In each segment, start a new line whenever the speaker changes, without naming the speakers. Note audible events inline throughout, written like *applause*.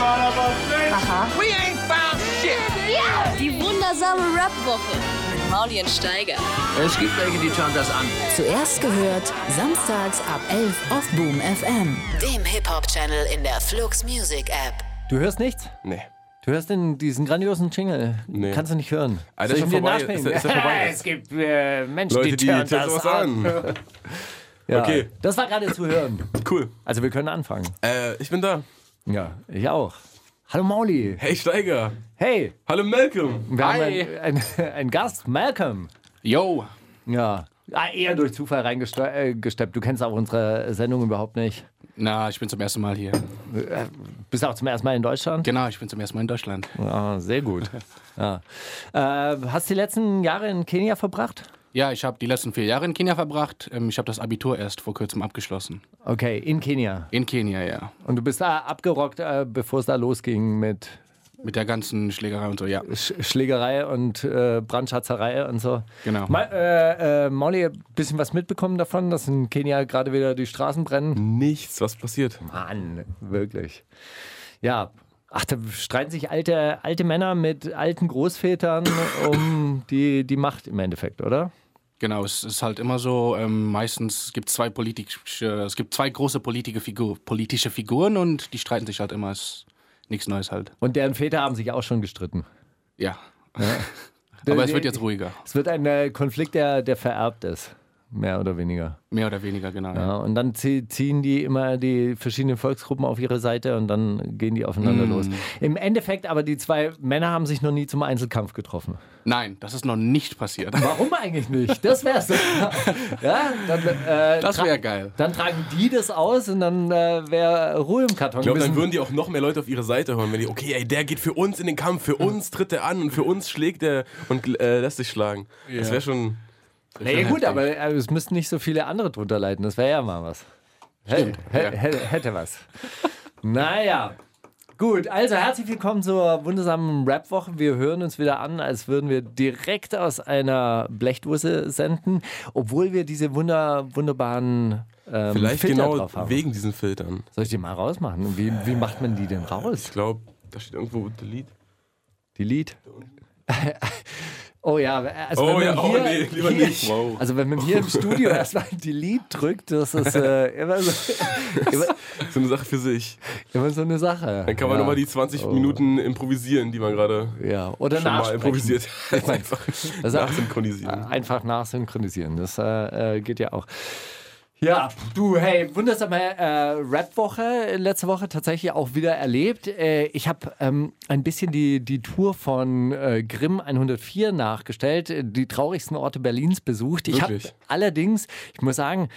Aha.
Die wundersame Rap-Woche mit Mauli und Steiger.
Es gibt welche, die schauen das an.
Zuerst gehört, samstags ab 11 auf Boom FM.
dem Hip-Hop-Channel in der Flux Music App.
Du hörst nichts?
Nee.
Du hörst den, diesen grandiosen Jingle.
Nee.
Kannst du nicht hören.
Ah,
Soll
der
ich
ist
ihn dir
schon vorbei.
nachspielen?
Ist der- ist
*laughs*
der vorbei?
es gibt äh, Menschen,
Leute,
die
die
hören
hören
das
was
an.
*laughs* an.
Ja.
Okay.
Das war gerade zu hören.
Cool.
Also wir können anfangen.
Äh, ich bin da.
Ja, ich auch. Hallo Mauli.
Hey Steiger.
Hey,
Hallo Malcolm.
wir
Hi.
haben einen ein Gast, Malcolm.
Yo,
Ja. Ah, eher durch Zufall reingesteppt. Äh, gesteppt. du kennst auch unsere Sendung überhaupt nicht.
na, ich bin zum ersten Mal hier.
Bist auch zum ersten Mal in Deutschland?
Genau, ich bin zum ersten Mal in Deutschland.
Ja, sehr gut. *laughs* Ja. Äh, hast die letzten Jahre in Kenia verbracht?
Ja, ich habe die letzten vier Jahre in Kenia verbracht. Ähm, Ich habe das Abitur erst vor kurzem abgeschlossen.
Okay, in Kenia.
In Kenia, ja.
Und du bist da abgerockt, äh, bevor es da losging mit
Mit der ganzen Schlägerei und so, ja.
Sch Schlägerei und äh, Brandschatzerei und so.
Genau.
Ma äh, äh, Molly, ein bisschen was mitbekommen davon, dass in Kenia gerade wieder die Straßen brennen?
Nichts, was passiert?
Mann, wirklich. Ja. Ach, da streiten sich alte, alte Männer mit alten *coughs* Großvätern um die, die Macht im Endeffekt, oder?
Genau, es ist halt immer so, ähm, meistens gibt es zwei politische, es gibt zwei große politische, Figur, politische Figuren und die streiten sich halt immer. Es ist nichts Neues halt.
Und deren Väter haben sich auch schon gestritten.
Ja. *laughs* Aber es wird jetzt ruhiger.
Es wird ein äh, Konflikt, der, der vererbt ist, mehr oder weniger.
Mehr oder weniger, genau.
Ja, und dann zie- ziehen die immer die verschiedenen Volksgruppen auf ihre Seite und dann gehen die
Mm.
aufeinander los. Im Endeffekt aber die zwei Männer haben sich noch nie zum Einzelkampf getroffen.
Nein, das ist noch nicht passiert.
Warum eigentlich nicht? Das wär's. *laughs* doch. ja, dann, äh,
Das wäre geil.
dann tragen die das aus und dann äh, wäre Ruhe im Karton.
Ich glaube, dann
Müssen-
würden die auch noch mehr Leute auf ihre Seite hören, wenn die, okay, ey, der geht für uns in den Kampf, für uns tritt er an und für uns schlägt er und äh, lässt sich schlagen. Das wäre schon.
nee, gut, aber äh, es müssten nicht so viele andere drunter leiden. Das wäre ja mal was. Stimmt,
ja.
Hätte was. naja. Gut, also herzlich willkommen zur wundersamen Rap-Woche. Wir hören uns wieder an, als würden wir direkt aus einer Blechdose senden, obwohl wir diese wunder, wunderbaren ähm,
Vielleicht
Filter
genau
drauf haben.
wegen diesen Filtern.
Soll ich die mal rausmachen? Wie, wie macht man die denn raus?
Ich glaube, da steht irgendwo Delete.
Die Lied. *laughs* Oh ja, also
Oh
wenn man
ja, oh
hier,
nee, lieber
hier, *laughs*
nicht. Wow.
Also wenn man hier im
*laughs*
Studio erstmal die Lied drückt, das ist äh, immer, so, immer,
So eine Sache für sich.
immer so eine Sache.
Dann kann man
ja. Oh.
nochmal die 20 Minuten improvisieren, die man gerade
ja. oder
schon mal
nachsprechen.
improvisiert
*laughs*
hat. *laughs* Einfach
Das ist
nachsynchronisieren.
Äh, Einfach nachsynchronisieren, das äh, äh, geht ja auch. Ja, du, hey, wundersame äh, Rap-Woche letzte Woche tatsächlich auch wieder erlebt. Äh, ich habe ähm, ein bisschen die, die Tour von äh, Grimm 104 nachgestellt, äh, die traurigsten Orte Berlins besucht. Ich habe
Wirklich?
allerdings, ich muss sagen,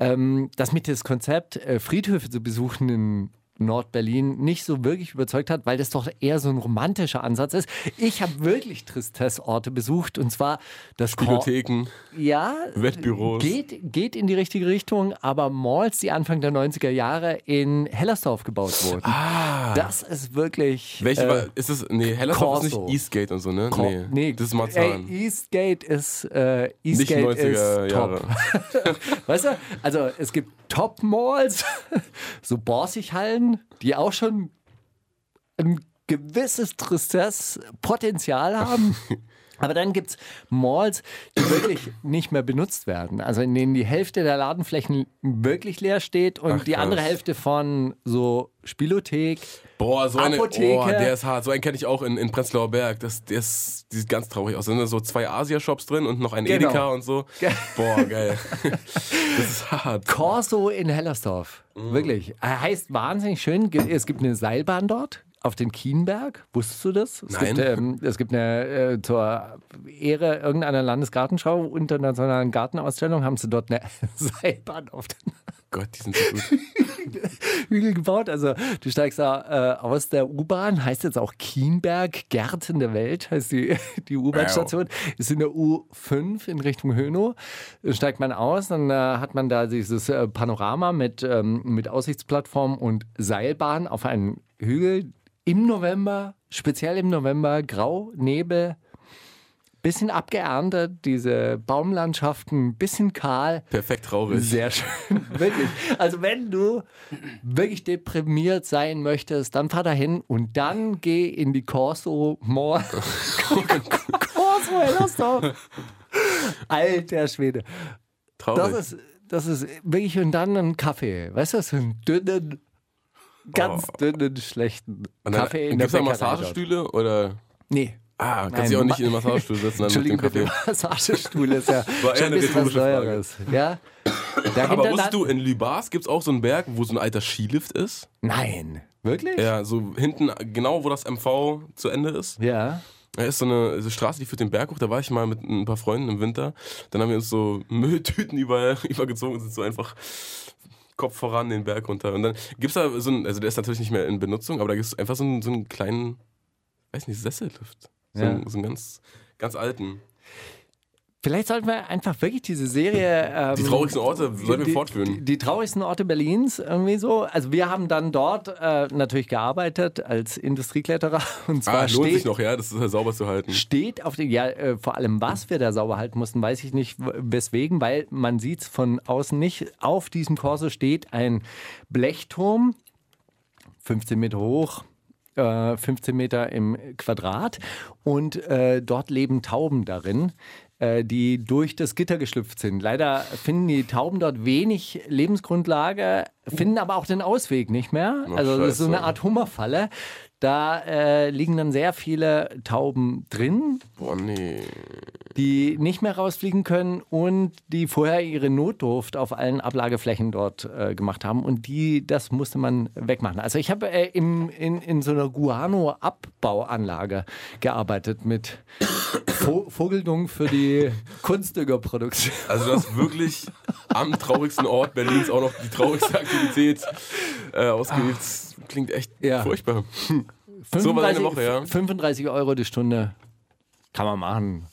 ähm, dass mich das Konzept, äh, Friedhöfe zu besuchen in Nordberlin nicht so wirklich überzeugt hat, weil das doch eher so ein romantischer Ansatz ist. Ich habe wirklich Tristesse-Orte besucht und zwar das Kor-
Bibliotheken,
ja,
Wettbüros.
geht, geht in die richtige Richtung, aber Malls, die Anfang der 90er Jahre in Hellersdorf gebaut wurden. Das ist wirklich.
Ah. Welche
äh,
war, ist es, nee, Hellersdorf ist
Corso.
nicht Eastgate und so, ne?
Ko-
Nee, das ist Marzahn.
Ey, Äh, Eastgate ist, äh,
nicht
Eastgate
90er
ist top.
Jahre.
Weißt du, also es gibt Top-Malls, *laughs* so Borsighallen, die auch schon ein gewisses Tristesse-Potenzial
*laughs*
haben. Aber dann gibt es Malls, die wirklich nicht mehr benutzt werden. Also in denen die Hälfte der Ladenflächen wirklich leer steht und
Ach,
die andere
krass.
Hälfte von so Spielothek.
Boah, so eine,
Apotheke.
oh, der ist hart. So einen kenne ich auch in, in Prenzlauer Berg. Das, der ist, die sieht ganz traurig aus. Da sind so zwei Asia-Shops drin und noch ein
Genau.
Edeka und so.
*laughs*
Boah, geil. das ist hart.
Corso in Hellersdorf. Wirklich. Er Heißt wahnsinnig schön. Ge- Es gibt eine Seilbahn dort. Auf den Kienberg, wusstest du das? Es
Nein.
Gibt, ähm, es gibt eine, äh, zur Ehre irgendeiner Landesgartenschau, internationalen Gartenausstellung, haben sie dort eine *laughs* Seilbahn auf den
Gott, die sind so gut.
Hügel gebaut. Also du steigst da äh, aus der U-Bahn, heißt jetzt auch Kienberg, Gärten der Welt, heißt die, *laughs* die U-Bahn-Station. Ist in der U5 in Richtung Hönow. Steigt man aus, dann äh, hat man da dieses äh, Panorama mit, ähm, mit Aussichtsplattform und Seilbahn auf einen Hügel im November, speziell im November, grau, Nebel. Bisschen abgeerntet, diese Baumlandschaften, bisschen kahl.
Perfekt traurig.
Sehr schön, *laughs* wirklich. Also wenn du wirklich deprimiert sein möchtest, dann fahr dahin und dann geh in die Corso
*laughs*
Mall. Corso Hellersdorf. Alter Schwede.
traurig.
Das ist, das ist wirklich und dann einen Kaffee. Weißt du, das ist einen dünnen, ganz dünnen, schlechten
Oh. Und dann,
Kaffee in der
gibt's da
Bäckerei dort.
Massagestühle oder?
Nee.
Ah,
Nein,
kannst du auch nicht in den
Ma-
Massagestuhl sitzen dann mit dem
Entschuldigung,
Kaffee.
bitte, Massagestuhl ist ja
War eher
schon ein
eine
bisschen was
rhetorische Frage.
Neueres. Ja?
Aber
Dahinter
wusstest
dann-
du, in Lübars gibt es auch so einen Berg, wo so ein alter Skilift ist?
Nein. Wirklich? *laughs*
Ja, so hinten, genau wo das MV zu Ende ist.
Ja.
Da ist so eine, so eine Straße, die führt den Berg hoch. Da war ich mal mit ein paar Freunden im Winter. Dann haben wir uns so Mülltüten *laughs* über, übergezogen und sind so einfach Kopf voran den Berg runter. Und dann gibt es da so einen, also der ist natürlich nicht mehr in Benutzung, aber da gibt es einfach so einen, so einen kleinen, weiß nicht, Sessellift. So,
Ja.
einen, so einen ganz, ganz alten.
Vielleicht sollten wir einfach wirklich diese Serie. Ähm,
Die traurigsten Orte sollten wir
die-
fortführen.
Die, die traurigsten Orte Berlins irgendwie so. Also wir haben dann dort äh, natürlich gearbeitet als Industriekletterer *laughs* und zwar
Ah, lohnt
steht,
sich noch, ja, das ist halt sauber zu halten.
steht auf dem ja äh, vor allem was wir da sauber halten mussten, weiß ich nicht w- weswegen, weil man sieht es von außen nicht. Auf diesem Korso steht ein Blechturm, 15 Meter hoch. äh, 15 Meter im Quadrat und äh, dort leben Tauben darin, äh, die durch das Gitter geschlüpft sind. Leider finden die Tauben dort wenig Lebensgrundlage, finden aber auch den Ausweg nicht mehr.
Ach,
also das ist so eine
scheiße.
Art Hummerfalle. Da äh, liegen dann sehr viele Tauben drin,
Boah, nee.
die nicht mehr rausfliegen können und die vorher ihre Notdurft auf allen Ablageflächen dort äh, gemacht haben. Und die, das musste man wegmachen. Also ich habe äh, im, in, in so einer Guano-Abbauanlage gearbeitet mit Vo Vogeldung für die Kunstdüngerproduktion.
Also du hast wirklich am traurigsten Ort Berlins auch noch die traurigste Aktivität äh, ausgeübt. Das Klingt echt
Ah. Ja.
furchtbar. So war deine Woche, ja.
35 Euro die Stunde kann man machen.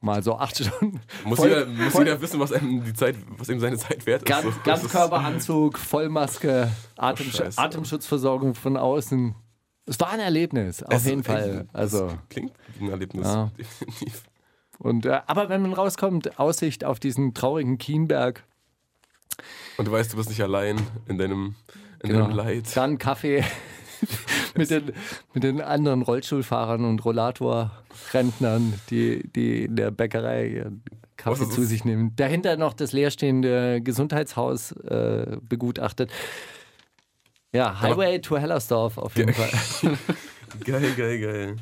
Mal so acht Stunden.
Muss,
Voll-
jeder, muss
voll-
jeder wissen, was, einem die Zeit, was ihm seine Zeit wert ist.
Ganz,
So, das ist- Oh,
Ganzkörperanzug, Vollmaske, Atem,
Scheiße.
Atemschutzversorgung von außen. Es war ein Erlebnis, auf
Es-
jeden
ey,
Fall.
das
Also,
Klingt wie ein Erlebnis.
Ja.
Definitiv.
und, äh, aber wenn man rauskommt, Aussicht auf diesen traurigen Kienberg,
Und du weißt, du bist nicht allein in deinem, in
Genau.
deinem Leid.
dann Kaffee *laughs* mit, den, mit den anderen Rollstuhlfahrern und Rollatorrentnern, die, die in der Bäckerei ihren Kaffee
Was ist
zu
Oh, das?
sich nehmen. Dahinter noch das leerstehende Gesundheitshaus äh, begutachtet. Ja, Highway to Hellersdorf auf jeden Fall.
Geil, geil, geil.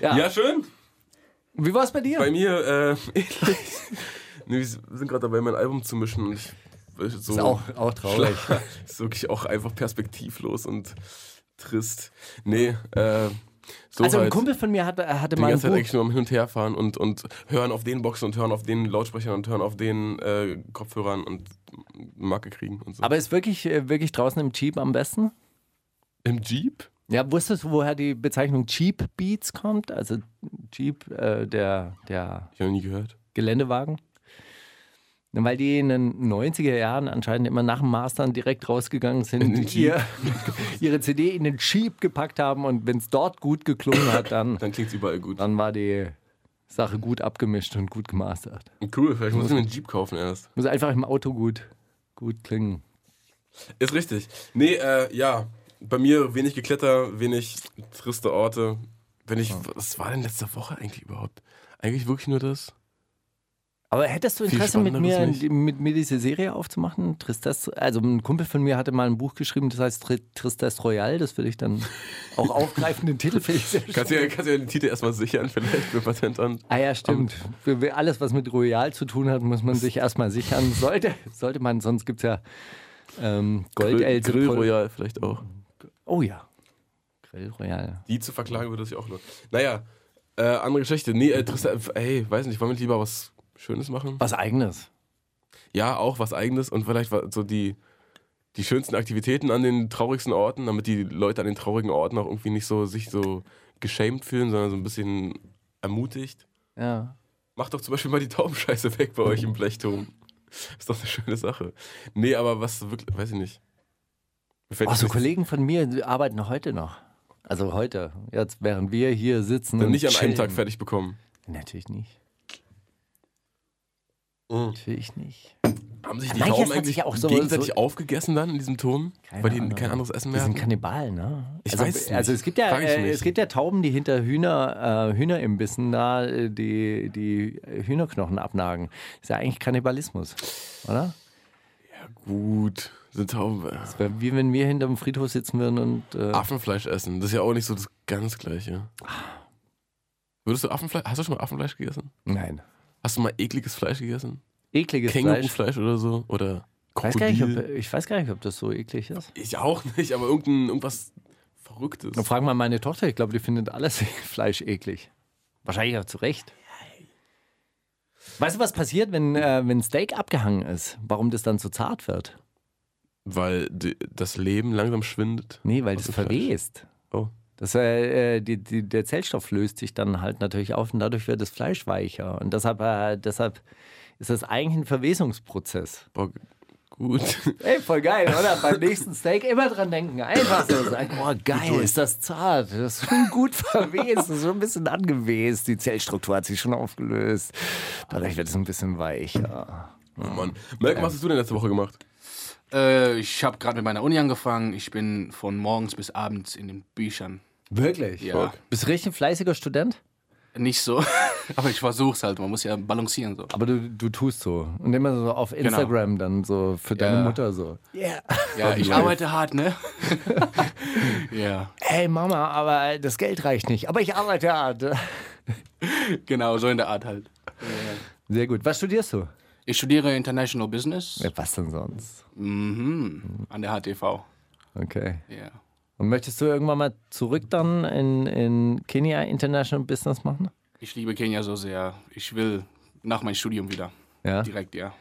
Ja.
*laughs* Ja, schön.
Wie war es bei dir?
Bei mir, äh, *laughs* ähnlich. Nee, wir sind gerade dabei, mein Album zu mischen. Und ich, weil so
ist auch, auch traurig.
Schlag- *laughs* ist wirklich auch einfach perspektivlos und trist. Nee, äh, so
Also ein
halt.
Kumpel von mir hatte, hatte
die
mal ein
ganze Zeit
Buch.
eigentlich nur am Hin und Her fahren und, und hören auf den Boxen und hören auf den Lautsprechern und hören auf den äh, Kopfhörern und Marke kriegen und so.
Aber ist wirklich, äh, wirklich draußen im Jeep am besten?
Im Jeep?
Ja, wusstest du, woher die Bezeichnung Jeep Beats kommt? Also Jeep, äh, der, der
Ich habe nie gehört.
Geländewagen? Na, Weil die in den 90er Jahren anscheinend immer nach dem Mastern direkt rausgegangen
In den
sind,
Jeep.
ihr, *laughs* ihre CD in den Jeep gepackt haben und wenn es dort gut geklungen hat, dann,
Dann klingt es überall gut.
dann war die Sache gut abgemischt und gut gemastert.
Cool, vielleicht muss ich mir einen Jeep kaufen erst.
Muss einfach im Auto gut, gut klingen.
Ist richtig. Nee, äh, ja. Bei mir wenig Gekletter, wenig triste Orte. Wenn ich. Was war denn letzte Woche eigentlich überhaupt? Eigentlich wirklich nur das?
Aber hättest du
Viel
Interesse mit mir,
Spannenderes nicht.
mit mir diese Serie aufzumachen? Tristesse, also ein Kumpel von mir hatte mal ein Buch geschrieben, das heißt Tri- Tristesse Royale, das würde ich dann auch aufgreifen, den Titel finde ich sehr schön.
Kannst du ja, kannst du ja den Titel erstmal sichern, vielleicht für Patentamt.
Ah ja, stimmt. Für- für Alles, was mit Royal zu tun hat, muss man sich erstmal sichern. Sollte, sollte man, sonst gibt es ja ähm,
Grill
Goldelse.
Grill Royal vielleicht auch.
Oh ja. Grill Royal.
Die zu verklagen würde sich auch lohnen. Naja, äh, andere Geschichte. Nee, äh, Trista, ey, weiß nicht, wollen wir lieber was Schönes machen?
Was eigenes.
Ja, auch was Eigenes und vielleicht wa- so die, die schönsten Aktivitäten an den traurigsten Orten, damit die Leute an den traurigen Orten auch irgendwie nicht so sich so geschämt fühlen, sondern so ein bisschen ermutigt.
Ja.
Macht doch zum Beispiel mal die Taubenscheiße weg bei euch im Blechturm. Ist doch eine schöne Sache. Nee, aber was wirklich, weiß ich nicht. Mir fällt
Ach, so
nichts-
Kollegen von mir die arbeiten heute noch. Also heute, jetzt während wir hier sitzen.
Dann
und
nicht an einem
chillen.
Tag fertig bekommen.
Natürlich nicht.
Hm.
Natürlich nicht.
Haben sich die
Manches
Tauben
hat
eigentlich
sich ja auch so-
gegenseitig
so-
aufgegessen dann in diesem Turm?
Keine
weil die
Ahnung.
kein anderes Essen
Die
mehr
sind
hatten?
Kannibalen, ne?
Ich
also,
weiß es
also
nicht.
es gibt ja
Frag ich
äh,
mich.
es gibt ja Tauben, die hinter Hühner äh, Hühnerimbissen da äh, die, die äh, Hühnerknochen abnagen. Ist ja eigentlich Kannibalismus, oder?
Gut, sind Tauben. äh,
Das wär Wie wenn wir hinterm Friedhof sitzen würden und äh,
Affenfleisch essen, das ist ja auch nicht so das ganz Gleiche. Würdest du Affenfleisch, hast du schon mal Affenfleisch gegessen?
nein,
Hast du mal ekliges Fleisch gegessen?
ekliges Fleisch.
Kängurufleisch oder so? Oder
Ich weiß, gar nicht, ob,
Krokodil?
ich weiß gar nicht, ob das so eklig ist.
Ich auch nicht, aber irgendein, irgendwas Verrücktes.
Dann frag mal meine Tochter, ich glaube, die findet alles *laughs* Fleisch eklig. Wahrscheinlich auch zu Recht. Weißt du, was passiert, wenn, äh, wenn Steak abgehangen ist? Warum das dann so zart wird?
Weil die, das Leben langsam schwindet.
Nee, weil
Aus
das
dem Fleisch.
verwest.
Oh.
Das, äh, äh, die, die, der Zellstoff löst sich dann halt natürlich auf und dadurch wird das Fleisch weicher. Und deshalb, äh, deshalb ist das eigentlich ein Verwesungsprozess.
Boah, gut. *laughs*
Ey, voll geil, oder? Beim nächsten Steak immer dran denken. Einfach so sagen, boah, geil, ist das zart. Das ist schon gut *laughs* verwest, das ist schon ein bisschen angewest. Die Zellstruktur hat sich schon aufgelöst. Dadurch wird es ein bisschen weicher.
Oh Mann. Malcolm, was hast du denn letzte Woche gemacht?
Äh, ich habe gerade mit meiner Uni angefangen. Ich bin von morgens bis abends in den Büchern.
Wirklich?
Ja.
Bist du richtig ein fleißiger Student?
Nicht so, *laughs* aber ich versuch's halt. Man muss ja balancieren so.
Aber du, du tust so. Genau. Und immer so auf Instagram dann so für deine
Ja.
Mutter so.
Ja, ich arbeite hart, ne? *laughs* ja,
Hey Mama, aber das Geld reicht nicht. Aber ich arbeite hart.
genau, so in der Art halt.
Sehr gut. Was studierst du?
Ich studiere International Business
Ja, was denn sonst?
mhm. an der HTV.
Okay.
Ja.
Und möchtest du irgendwann mal zurück dann in, in Kenia International Business machen?
Ich liebe Kenia so sehr. Ich will nach meinem Studium wieder.
Ja.
Direkt, ja.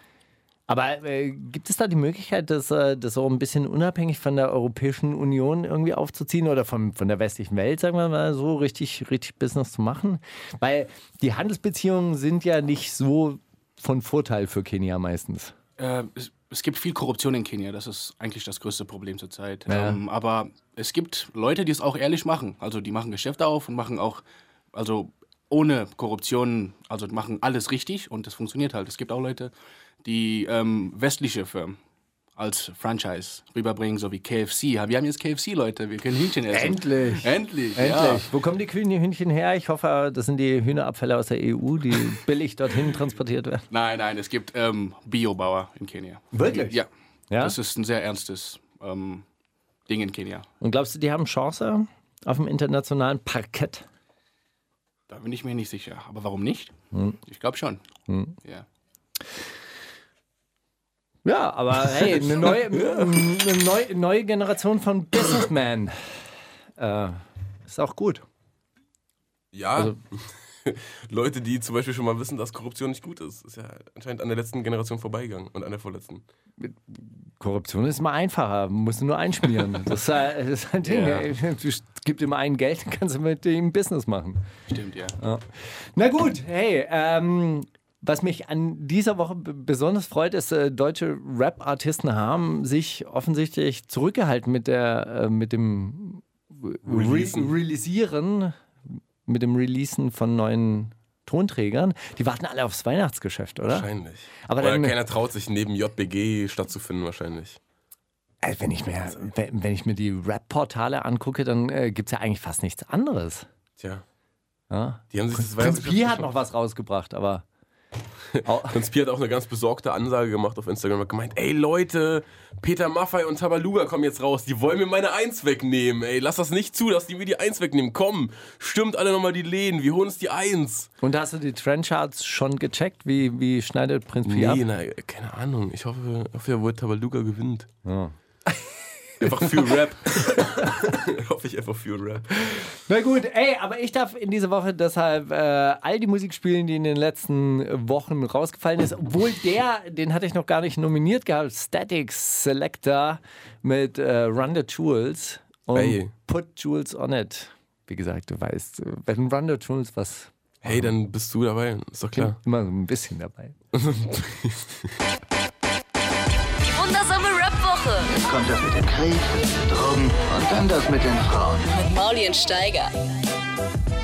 Aber äh, gibt es da die Möglichkeit, das, äh, das so ein bisschen unabhängig von der Europäischen Union irgendwie aufzuziehen oder von, von der westlichen Welt, sagen wir mal, so richtig, richtig Business zu machen? Weil die Handelsbeziehungen sind ja nicht so von Vorteil für Kenia meistens.
Äh, es, es gibt viel Korruption in Kenia. Das ist eigentlich das größte Problem zurzeit.
Ja.
Ähm, aber es gibt Leute, die es auch ehrlich machen. Also die machen Geschäfte auf und machen auch, also ohne Korruption, also machen alles richtig und das funktioniert halt. Es gibt auch Leute, die ähm, westliche Firmen als Franchise rüberbringen, so wie KFC. Ja, Wir haben jetzt KFC, Leute. Wir können Hühnchen essen.
Endlich.
Endlich. Ja.
Endlich. Wo kommen die Kühen, die Hühnchen her? Ich hoffe, das sind die Hühnerabfälle aus der EU, die billig dorthin transportiert werden.
Nein, nein, es gibt ähm, Biobauer in Kenia.
Wirklich?
Ja.
Ja?
Das ist ein sehr ernstes ähm, Ding in Kenia.
Und glaubst du, die haben Chance auf dem internationalen Parkett?
Da bin ich mir nicht sicher. Aber warum nicht?
Hm.
Ich glaube schon. Ja.
Ja, aber hey, eine neue, eine neue, neue Generation von Businessmen. Äh, ist auch gut.
Ja.
Also
*laughs* Leute, die zum Beispiel schon mal wissen, dass Korruption nicht gut ist, ist ja anscheinend an der letzten Generation vorbeigegangen und an der vorletzten.
Korruption ist immer einfacher, musst du nur einschmieren. Das ist, äh, das ist ein Ding.
Ja.
Du gibst ihm einen Geld, *laughs* kannst du mit dem Business machen.
Stimmt, ja.
Na gut, hey, ähm, was mich an dieser Woche b- besonders freut, ist, äh, deutsche Rap-Artisten haben sich offensichtlich zurückgehalten mit, der, äh, mit dem Re
Releasen.
Releasieren, mit dem Releasen von neuen Tonträgern. Die warten alle aufs Weihnachtsgeschäft, oder?
Wahrscheinlich.
Aber
Oder
dann-
keiner traut sich, neben JBG stattzufinden, wahrscheinlich.
Also wenn, ich mir, wenn, wenn ich mir die Rap-Portale angucke, dann äh, gibt es ja eigentlich fast nichts anderes.
Tja.
Ja?
Die haben sich das
Prinz Pi
Weihnachtsgeschäft
hat
*laughs*
noch was rausgebracht, *laughs* aber. Au-
Prinz Pi hat auch eine ganz besorgte Ansage gemacht auf Instagram. Hat gemeint, ey Leute, Peter Maffay und Tabaluga kommen jetzt raus. Die wollen mir meine Eins wegnehmen. Ey, lass das nicht zu, dass die mir die Eins wegnehmen. Komm, stimmt alle nochmal die Läden. Wir holen uns die Eins.
Und hast du die Trendcharts schon gecheckt? Wie, wie schneidet Prinz Pi ab?
Nee, ne. na, äh, keine Ahnung. Ich hoffe, hoffe ja, wohl Tabaluga gewinnt. *laughs* einfach für Rap. *laughs* hoffe ich einfach für Rap.
Na gut, ey, aber ich darf in dieser Woche deshalb äh, all die Musik spielen, die in den letzten Wochen rausgefallen ist. Obwohl der, den hatte ich noch gar nicht nominiert gehabt, Static Selector mit äh, Run the Jewels und
Ey.
Put Jewels on it. Wie gesagt, du weißt, wenn Run the Jewels was,
Hey, dann bist du dabei. Ist doch klar.
immer so ein bisschen dabei.
Die wundersame Rap-Woche
kommt das mit dem Krieg, Drogen und dann das mit den Frauen.
mit Maulien Steiger.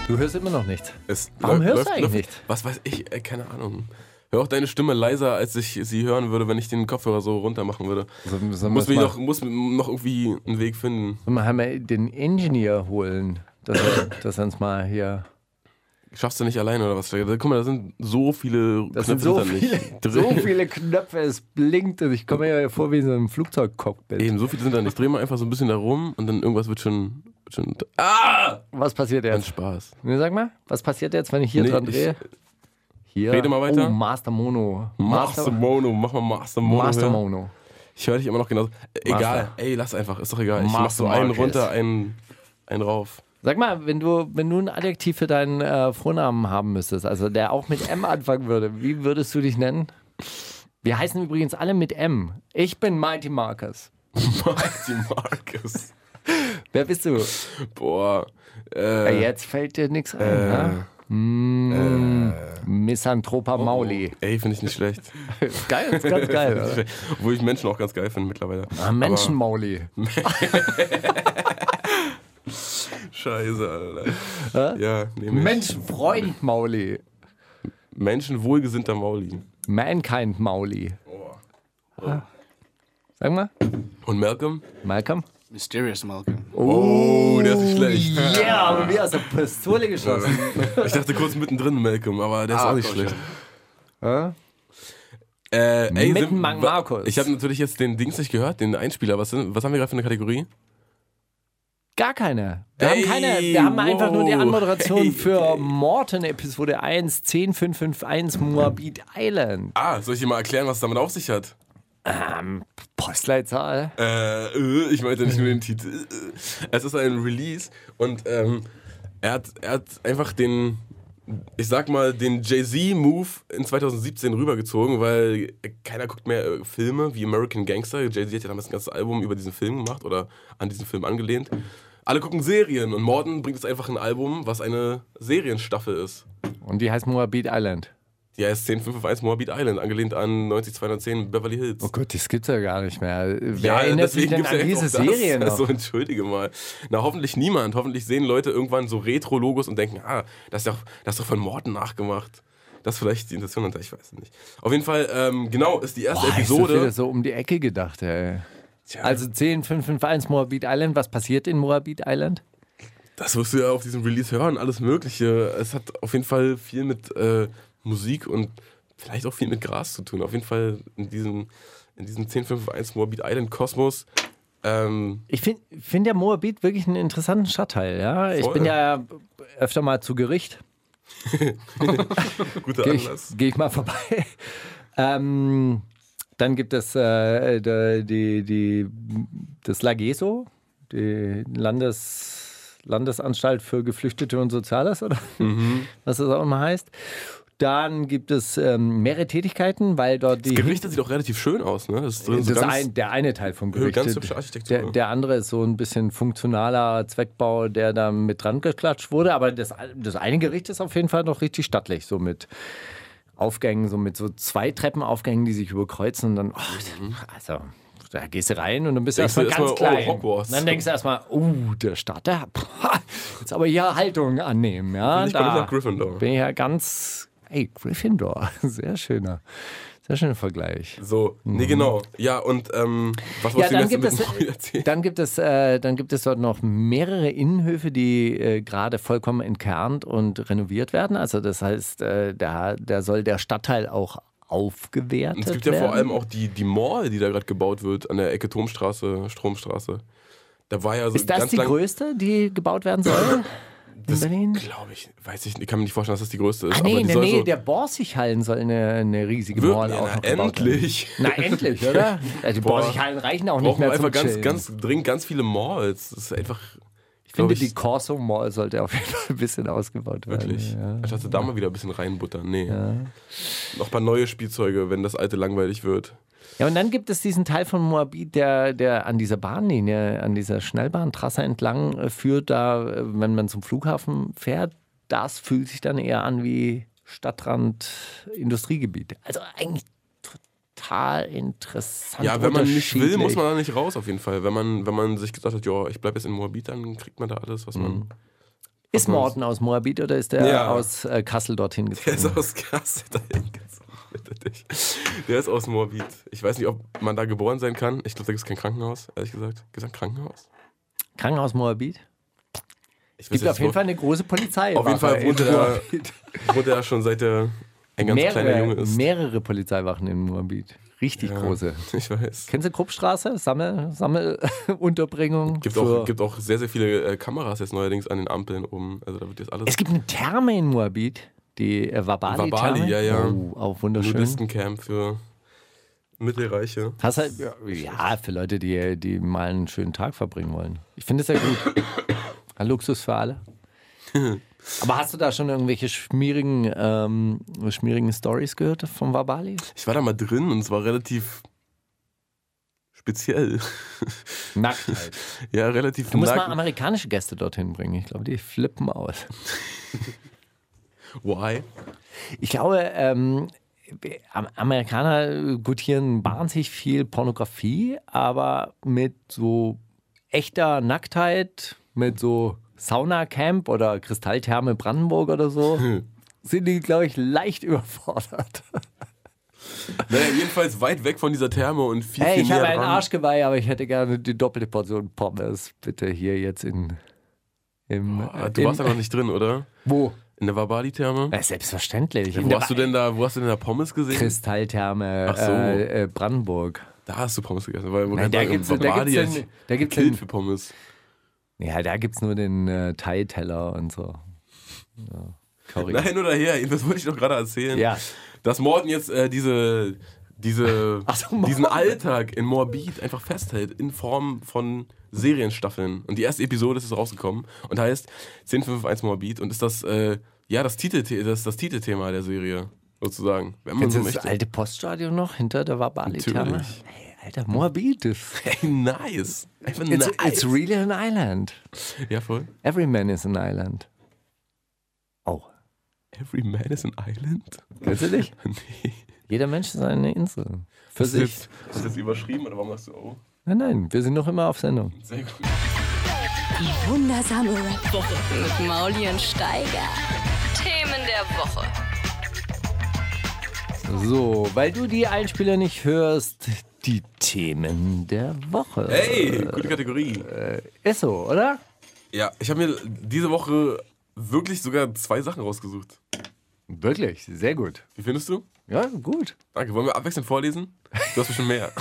Du hörst immer noch nichts.
Es
Warum
läu-
hörst du
läuft-
eigentlich
läuft-
nicht?
Was weiß ich, ey, äh, keine Ahnung. Hör auch deine Stimme leiser, als ich sie hören würde, wenn ich den Kopfhörer so runter machen würde.
Sollen- sollen
muss
wir
mir
Also, das
noch, muss noch irgendwie einen Weg finden.
Mal haben wir den Engineer holen, dass er, dass er uns mal hier.
Schaffst du nicht alleine oder was? Guck mal, da sind so viele
Das sind
Knöpfe
so
da
viele,
nicht.
so viele Knöpfe, es blinkt. Also Ich komme mir ja vor wie in so einem Flugzeugcockpit.
Eben, so viele sind da nicht. Dreh mal einfach so ein bisschen da rum und dann irgendwas wird schon. Wird schon ah!
Was passiert
Ganz
jetzt?
Spaß.
Nee, sag mal, was passiert jetzt, wenn ich hier
Nee,
dran
ich-
drehe? Hier.
Rede mal weiter.
Oh, Master Mono.
Master Mono, mach mal Master Mono.
Master
hören.
Mono.
Ich höre dich immer noch genauso. Äh,
Master.
Egal, ey, lass einfach, ist doch egal. Ich mach
Master
so einen
Marcus.
runter, einen, einen rauf.
*laughs* Sag mal, wenn du, wenn du ein Adjektiv für deinen äh, Vornamen haben müsstest, also der auch mit M anfangen würde, wie würdest du dich nennen? Wir heißen übrigens alle mit M. Ich bin Mighty Marcus.
Mighty Marcus.
Wer bist du?
Äh, Boah.
Ja,
Äh,
jetzt fällt dir nichts ein, ne? Mm,
äh. Oh,
Misanthropa Mauli.
Ey, finde ich nicht schlecht. *laughs*
Geil, *laughs* ist ganz geil. oder?
Obwohl ich Menschen auch ganz geil finde mittlerweile.
Ah, Menschen Mauli.
Scheiße, Alter. Ja, nehme ich.
Menschenfreund Mauli.
Menschenwohlgesinnter Mauli.
Mankind Mauli.
Oh.
Ah. Sag mal,
Und Malcolm?
Malcolm.
Mysterious Malcolm.
Oh, der ist nicht schlecht.
Ja, yeah, aber wir aus der Pistole geschossen.
Ich dachte kurz mittendrin Malcolm, aber
Ah,
der ist auch nicht schlecht.
Ja.
Äh, ey,
Mitten
sind-
Mang
wa-
Markus.
Ich habe natürlich jetzt den Dings nicht gehört, den Einspieler. Was, sind, was haben wir gerade für eine Kategorie?
Gar keine. Wir haben
Ey,
keine. Wir haben einfach nur die
wow.
Anmoderation
Hey,
für Morton Episode 1 10551 Moabit Island.
Ah, soll ich dir mal erklären, was es damit auf sich hat?
Postleitzahl.
Äh, äh, ich meinte nicht nur den Titel. Äh, äh. Es ist ein Release und ähm, er, hat, er hat einfach den, ich sag mal, den Jay-Z-Move in 2017 rübergezogen, weil keiner guckt mehr äh, Filme wie American Gangster. Jay-Z hat ja damals ein ganzes Album über diesen Film gemacht oder an diesen Film angelehnt. Alle gucken Serien und Morton bringt jetzt einfach ein Album, was eine Serienstaffel ist.
Und die heißt Moabit Island.
Die heißt 10551 Moabit Island, angelehnt an 90210 Beverly Hills.
Oh Gott, das gibt's ja gar nicht mehr. Wer
Ja,
erinnert sich denn
deswegen gibt's
an
ja jetzt
diese
auch das.
Serie noch?
Also entschuldige mal. Na, hoffentlich niemand. Hoffentlich sehen Leute irgendwann so Retro-Logos und denken, ah, das ist doch, das ist doch von Morten nachgemacht. Das ist vielleicht die Intention hinter, ich weiß es nicht. Auf jeden Fall, ähm, genau, ist die erste
Boah, hast du wieder
Episode.
so um die Ecke gedacht, ey. Also 10551 Moabit Island. Was passiert in Moabit Island?
Das wirst du ja auf diesem Release hören, alles Mögliche. Es hat auf jeden Fall viel mit äh, Musik und vielleicht auch viel mit Gras zu tun. Auf jeden Fall in diesem, in diesem 1051 Morbid Island Kosmos. Ähm,
Ich finde find ja Moabit wirklich einen interessanten Stadtteil. Ja? Ich
Voll.
bin ja öfter mal zu Gericht.
guter
Gehe ich,
Anlass.
geh ich mal vorbei. *laughs* ähm, dann gibt es äh, da- die, die, das Lageso, die Landes, Landesanstalt für Geflüchtete und Soziales, oder *laughs* was das auch immer heißt. Dann gibt es ähm, mehrere Tätigkeiten, weil dort die
Gerichte sieht auch relativ schön aus, ne? Das ist drin
Das
so
ist
ganz-
ein, der eine Teil vom
Ganz
Gericht.
hübsche Architektur.
der, der andere ist so ein bisschen funktionaler Zweckbau, der da mit dran geklatscht wurde. Aber das, das eine Gericht ist auf jeden Fall noch richtig stattlich, so mit Aufgängen, so mit so zwei Treppenaufgängen, die sich überkreuzen und dann, oh, also. Da gehst du rein und dann bist du
Mhm. Denkst du
erstmal ganz
erstmal, oh,
klein.
Hogwarts.
dann denkst du erstmal, oh, der Stadt, der, jetzt aber hier Haltung annehmen. Ja,
Ich bin
da
nach Gryffindor.
bin ich ja ganz, ey, Gryffindor, *laughs* sehr schöner, sehr schöner Vergleich.
So, nee, genau. Ja, und ähm, was wolltest
Mhm. Ja, dann
du jetzt
gibt
mit Morbid *laughs* erzählen?
Dann gibt es, äh, dann gibt es dort noch mehrere Innenhöfe, die äh, gerade vollkommen entkernt und renoviert werden. Also das heißt, äh, da, da soll der Stadtteil auch aufgewertet
Und
werden.
es gibt ja vor allem auch die, die Mall, die da gerade gebaut wird, an der Ecke Turmstraße, Stromstraße. Da war ja so
Ist das
ganz
die
lang,
größte, die gebaut werden soll? In Berlin?
Glaube ich, weiß ich, nicht, ich kann mir nicht vorstellen, dass das die größte ist.
Ach nee,
aber
in
die
der
soll
Nähe
so,
der Borsighallen soll eine, eine riesige
Wirklich?
Mall auch
Na,
noch gebaut ne?
endlich.
Werden. Na endlich,
*laughs*
oder? Ja, Die
Boah.
Borsighallen reichen auch nicht
brauchen wir
mehr zum
einfach ganz,
Chillen.
ganz dringend ganz viele Malls. Das ist einfach.
ich finde,
glaub
die Corso Mall sollte auf jeden Fall ein bisschen ausgebaut werden.
Wirklich.
Ja.
Anstatt sie da mal wieder ein bisschen reinbuttern. Nee. Noch ein paar neue Spielzeuge, wenn das alte langweilig wird.
Ja, und dann gibt es diesen Teil von Moabit, der, der an dieser Bahnlinie, an dieser Schnellbahntrasse entlang äh, führt, da, äh, wenn man zum Flughafen fährt, das fühlt sich dann eher an wie Stadtrand Industriegebiet. Also eigentlich total interessant.
Ja, wenn man nicht will,
unterschiedlich.
muss man da nicht raus auf jeden Fall. Wenn man, wenn man sich gesagt hat, ja, ich bleibe jetzt in Moabit, dann kriegt man da alles, was
Mhm.
man.
Ist Morten aus Moabit oder ist der
Ja.
aus äh, Kassel dorthin
*laughs* Der ist *laughs*
gezogen?
aus Kassel dahin gezogen. Bitte dich. Der ist aus Moabit. Ich weiß nicht, ob man da geboren sein kann. Ich glaube, da gibt es kein Krankenhaus, ehrlich gesagt. Gibt es ein Krankenhaus?
Krankenhaus Moabit?
Ich weiß
Gibt auf
jetzt
jeden
wo-
Fall eine große Polizei.
Auf jeden Fall wohnte da,
Moabit.
wohnte da schon seit er ein ganz kleiner Junge
mehrere,
ist.
mehrere Polizeiwachen in Moabit. Richtig
Ja,
große.
*laughs* Ich weiß.
Kennst du Kruppstraße? Sammel, *laughs* Sammelunterbringung.
Gibt
für-
auch, gibt auch sehr, sehr viele äh, Kameras jetzt neuerdings an den Ampeln oben. Also da wird jetzt alles.
es gibt eine Therme in Moabit. Die äh, Wabali.
Wabali, ja, ja.
Oh, auch wunderschön.
Nudistencamp für Mittelreiche.
Hast halt, ja, für Leute, die, die mal einen schönen Tag verbringen wollen. Ich finde es ja
*coughs*
gut. Ein Luxus für alle. Aber hast du da schon irgendwelche schmierigen, ähm, schmierigen Stories gehört vom Wabali?
Ich war da mal drin und es war relativ speziell. *laughs*
Nackt halt.
ja, relativ
Du musst mal
nackt.
amerikanische Gäste dorthin bringen. Ich glaube, die flippen aus.
Why?
Ich glaube, ähm, Am- Amerikaner gutieren wahnsinnig viel Pornografie, aber mit so echter Nacktheit, mit so Sauna-Camp oder Kristalltherme Brandenburg oder so,
Hm.
sind die, glaube ich, leicht überfordert.
Naja, jedenfalls weit weg von dieser Therme und viel,
Hey,
viel
ich
näher
habe einen
dran.
Arschgeweih, aber ich hätte gerne die doppelte Portion Pommes. Bitte hier jetzt in. Im,
Ah, Du warst da
in,
noch nicht drin, oder?
Wo?
In der Wabali-Therme?
Na, selbstverständlich. Äh, In
Wo
der
hast du denn da, wo hast du denn da Pommes gesehen?
Kristalltherme
Ach so.
äh, äh, Brandenburg.
Da hast du Pommes gegessen. Weil man
Nein,
kann
da
sagen,
gibt's-
im
da
Wabadi
gibt's
hab ich
den- da gibt's
gekillt
den-
für Pommes.
Ja, da gibt es nur den äh, Thai-Teller und so. Ja, Curry.
Nein, oder her, das wollte ich doch gerade erzählen.
Ja.
Dass Morten jetzt äh, diese, diese,
*laughs* Ach so, Morten.
diesen Alltag in Morbid einfach festhält in Form von Serienstaffeln. Und die erste Episode ist jetzt rausgekommen und heißt 1051 Morbid und ist das, äh, ja, das, Titel, das, das Titelthema der Serie, sozusagen. Wenn man
Kennst
so
du das
möchte.
alte Poststadion noch hinter der Wabali-Therme?
Natürlich.
Hey, Alter, Moabit ist.
*laughs* Ey, nice. Einfach
It's,
nice.
it's really an island.
ja, voll.
Every man is an island. Oh.
Every man is an island?
Kennst du nicht?
*laughs* Nee.
Jeder Mensch ist eine Insel. Für
Ist
sich.
das, ist das überschrieben oder warum machst du oh?
Nein, nein, wir sind noch immer auf Sendung.
Sehr gut.
Die wundersame Rap-Woche mit Mauli und Steiger. Themen der Woche.
So, weil du die Einspieler nicht hörst, die Themen der Woche.
Hey, gute Kategorie.
Ist so, oder?
Ja, ich habe mir diese Woche wirklich sogar zwei Sachen rausgesucht.
Wirklich, sehr gut.
Wie findest du?
Ja, gut.
Danke. Wollen wir abwechselnd vorlesen? Du hast
*laughs*
bestimmt mehr.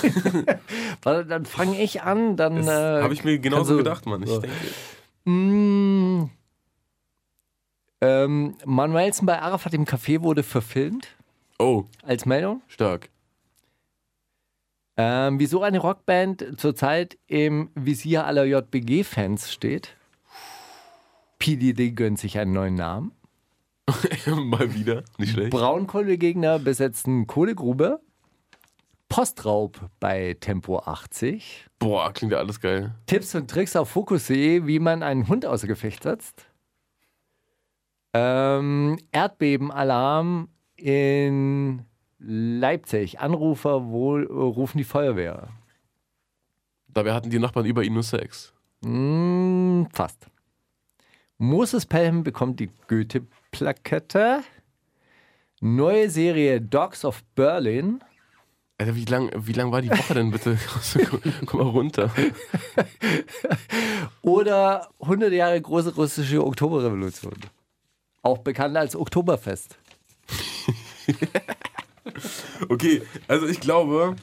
Warte, dann fange ich an, dann.
Das
äh,
habe ich mir
kannst
genauso
du-
gedacht, Mann. Ich
so.
denke,
Mm. Ähm, Manuelsen bei Arafat im Café wurde verfilmt
oh, *laughs*
als Meldung.
stark.
Ähm, wieso eine Rockband zurzeit im Visier aller JBG-Fans steht. PDD gönnt sich einen neuen Namen.
Mal wieder. Nicht schlecht.
Braunkohlegegner besetzen Kohlegrube. Postraub bei Tempo 80.
Boah, klingt ja alles geil.
Tipps und Tricks auf Fokus.de, wie man einen Hund außer Gefecht setzt. Ähm, Erdbebenalarm in Leipzig. Anrufer wohl, äh, rufen die Feuerwehr.
Dabei hatten die Nachbarn über ihm nur Sex.
Mm, fast. Moses Pelham bekommt die Goethe-Plakette. Neue Serie Dogs of Berlin.
Alter, wie lang, wie lang war die Woche denn bitte? *laughs* Komm mal runter.
Oder 100 Jahre große russische Oktoberrevolution. Auch bekannt als Oktoberfest.
Okay, also ich glaube,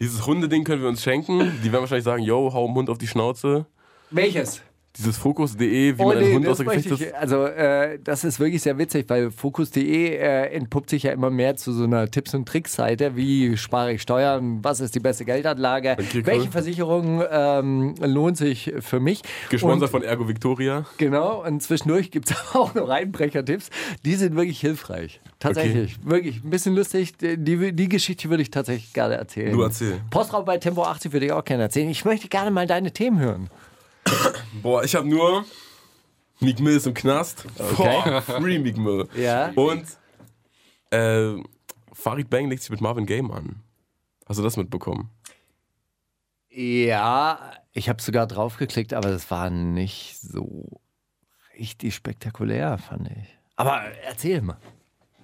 dieses Hundeding können wir uns schenken. Die werden wahrscheinlich sagen, yo, hau dem Hund auf die Schnauze.
Welches?
Dieses Fokus.de, wie
Oh
man einen
nee,
Hund
das
außer Gefecht
möchte
ist.
ich, also äh, das ist wirklich sehr witzig, weil Focus.de äh, entpuppt sich ja immer mehr zu so einer Tipps- und Tricks-Seite, wie spare ich Steuern, was ist die beste Geldanlage,
Okay, cool.
welche Versicherung ähm, lohnt sich für mich.
Gesponsert
und,
von Ergo Victoria.
Genau, und zwischendurch gibt es *laughs* auch noch Einbrecher-Tipps. Die sind wirklich hilfreich. Tatsächlich, wirklich. Ein bisschen lustig. Die, die Geschichte würde ich tatsächlich gerne erzählen.
Du erzähl.
Postraub bei Tempo 80 würde ich auch gerne erzählen. Ich möchte gerne mal deine Themen hören.
Boah, ich habe nur Meek Mill ist im Knast. Boah, free Meek Mill.
Ja.
Und äh, Farid Bang legt sich mit Marvin Game an. Hast du das mitbekommen?
Ja, ich habe sogar draufgeklickt, aber das war nicht so richtig spektakulär, fand ich. Aber erzähl mal,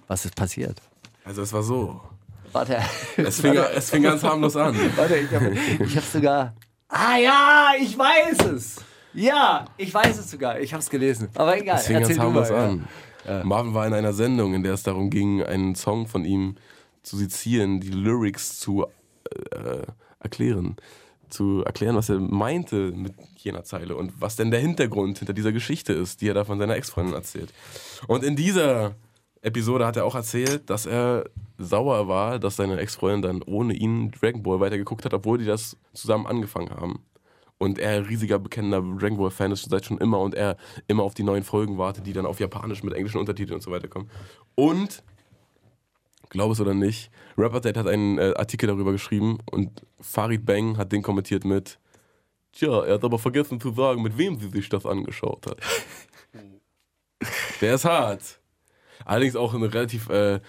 was ist passiert?
Also es war so. *laughs* Also,
Warte,
Es fing, es fing ganz harmlos an.
warte, ich habe ich hab sogar. Ah ja, ich weiß es. Ja, ich weiß es sogar. Ich habe es gelesen. Aber egal.
Es fing ganz
erzähl du
harmlos
mal, ja.
an. Marvin war in einer Sendung, in der es darum ging, einen Song von ihm zu sezieren, die Lyrics zu äh, erklären. Zu erklären, was er meinte mit jener Zeile und was denn der Hintergrund hinter dieser Geschichte ist, die er da von seiner Ex-Freundin erzählt. Und in dieser Episode hat er auch erzählt, dass er sauer war, dass seine Ex-Freundin dann ohne ihn Dragon Ball weitergeguckt hat, obwohl die das zusammen angefangen haben. Und er ein riesiger, bekennender Dragon Ball Fan ist schon- seit schon immer und er immer auf die neuen Folgen wartet, die dann auf Japanisch mit englischen Untertiteln und so weiter kommen. Und, glaub es oder nicht, Rapper Dad hat einen äh, Artikel darüber geschrieben und Farid Bang hat den kommentiert mit Tja, er hat aber vergessen zu sagen, mit wem sie sich das angeschaut
*laughs*
hat. Der ist hart. Allerdings auch ein relativ äh,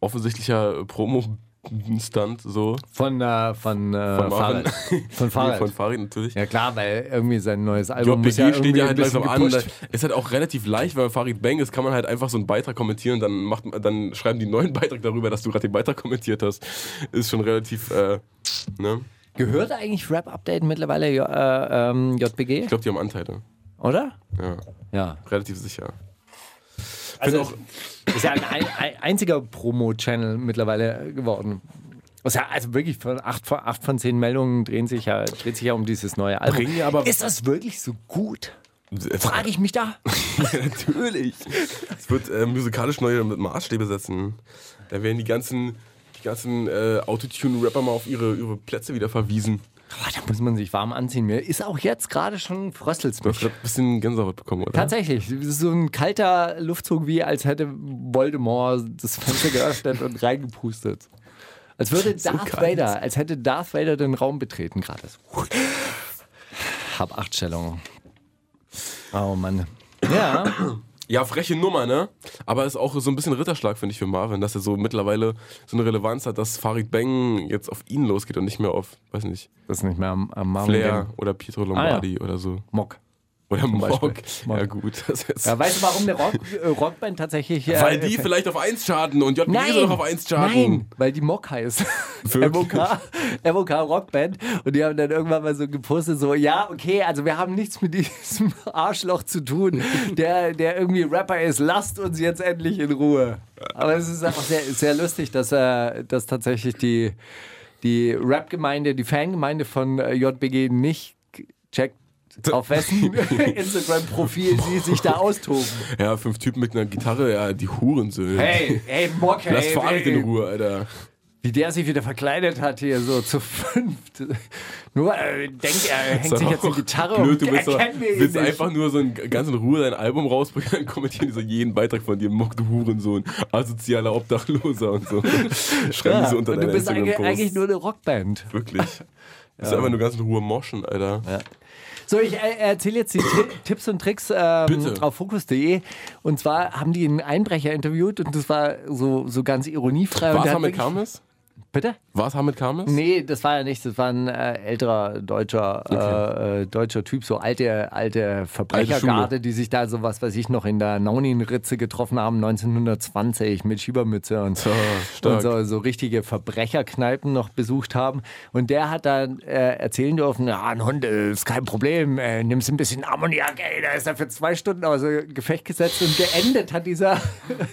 offensichtlicher Promo-Stunt so.
Von, äh, *laughs* von, äh,
Von Marvin.
Fahrrad.
*laughs*
Von Fahrrad.
Von Farid natürlich.
Ja klar, weil irgendwie sein neues Album
JPG
muss ja
steht
irgendwie
ja
ein
halt
bisschen
langsam an. Da
gepusht
ist halt auch relativ leicht, weil man Farid Bang ist, kann man halt einfach so einen Beitrag kommentieren, dann, macht, dann schreiben die einen neuen Beitrag darüber, dass du gerade den Beitrag kommentiert hast. Ist schon relativ, äh, ne?
Gehört eigentlich Rap Update mittlerweile J- äh, ähm, JPG,
Ich glaube, die haben Anteile.
oder?
Ja,
Ja.
relativ sicher.
Also
auch-
ist ja ein, ein- ein einziger Promo-Channel mittlerweile geworden. Ist ja also wirklich von acht, von acht von zehn Meldungen drehen sich ja, dreht sich ja um dieses neue Album.
Bringen ja aber-
ist das wirklich so gut?
*laughs*
Frage ich mich da.
Natürlich. Es wird äh, musikalisch neue mit Maßstäbe setzen. Da werden die ganzen, die ganzen äh, Autotune-Rapper mal auf ihre, ihre Plätze wieder verwiesen.
Boah, *laughs* da muss man sich warm anziehen. Mir ist auch jetzt gerade schon fröstelt's
Du hast
mich.
gerade ein bisschen Gänsehaut bekommen, oder?
Tatsächlich, es ist so ein kalter Luftzug, wie als hätte Voldemort das Fenster geöffnet und reingepustet. Als
*laughs*
würde Darth
kalt.
Vader, als hätte Darth Vader den Raum betreten gerade. So. Hab acht Stellungen. Oh Mann. Ja,
Ja, freche Nummer, ne? Aber ist auch so ein bisschen Ritterschlag, finde ich, für Marvin, dass er so mittlerweile so eine Relevanz hat, dass Farid Bang jetzt auf ihn losgeht und nicht mehr auf, weiß nicht,
das ist nicht mehr am, am Marmor.
Flair oder Pietro Lombardi oder so.
Mock.
Oder
Ah, Beispiel.
Mock.
Mock.
Ja, gut. Das ist jetzt
Ja, weißt du, warum eine Rock, äh, Rockband tatsächlich. äh,
weil die vielleicht auf 1 charten und JPG
Nein,
soll doch auf 1 charten.
nein, weil die Mock heißt. *laughs*
Wirklich?
MOK, MOK Rockband. Und die haben dann irgendwann mal so gepostet, so, ja, okay, also wir haben nichts mit diesem *laughs* Arschloch zu tun, der, der irgendwie Rapper ist. Lasst uns jetzt endlich in Ruhe. Aber es ist auch sehr, sehr lustig, dass, äh, dass tatsächlich die, die Rap-Gemeinde, die Fangemeinde von äh, JBG nicht checkt, auf *laughs* wessen Instagram-Profil sie sich da austoben.
Ja, fünf Typen mit einer Gitarre, ja, die Hurensöhne.
Hey, hey, Mock, hey,
Lass Farid
hey.
in Ruhe, Alter.
Wie der sich wieder verkleidet hat hier so zu fünft. Nur äh, denkt,
*laughs*
er hängt
Ist
sich
doch
jetzt eine
auch
Gitarre
blöd, du
und
willst, doch,
erkennen wir ihn
willst
nicht.
einfach nur so ein, ganz in Ruhe dein Album rausbringen, dann kommentieren die so jeden Beitrag von dir, Mock, du Hurensohn, asozialer Obdachloser
*laughs*
und so. Schreiben die
ja.
so unter
und du
deine
bist eigentlich, eigentlich
Instagram-Posts.
nur eine Rockband. *laughs*
Wirklich. Das ist einfach nur ganz in Ruhe moschen, Alter.
So, ich äh, erzähle jetzt die
*laughs*
Tri Tipps und Tricks ähm,
Bitte.
auf fokus.de. Und zwar haben die einen Einbrecher interviewt und das war so, so ganz ironiefrei. und
War
der
es
hat
Hamid
wirklich-
Kames?
Bitte?
War es Hamid Kames?
Nee, das war ja nichts. Das war ein äh, älterer deutscher, äh, äh, deutscher Typ, so alte, alte Verbrechergarde,
Schule.
die sich da so was weiß ich noch in der Naunin-Ritze getroffen haben, 1920 mit Schiebermütze und,
So,
und
Ah, stark.
so, so richtige Verbrecherkneipen noch besucht haben. Und der hat dann äh, erzählen dürfen, ja, ein Hund äh, ist kein Problem, äh, nimmst ein bisschen Ammoniak, ey, da ist er für zwei Stunden außer Gefecht gesetzt und geendet hat dieser, *laughs*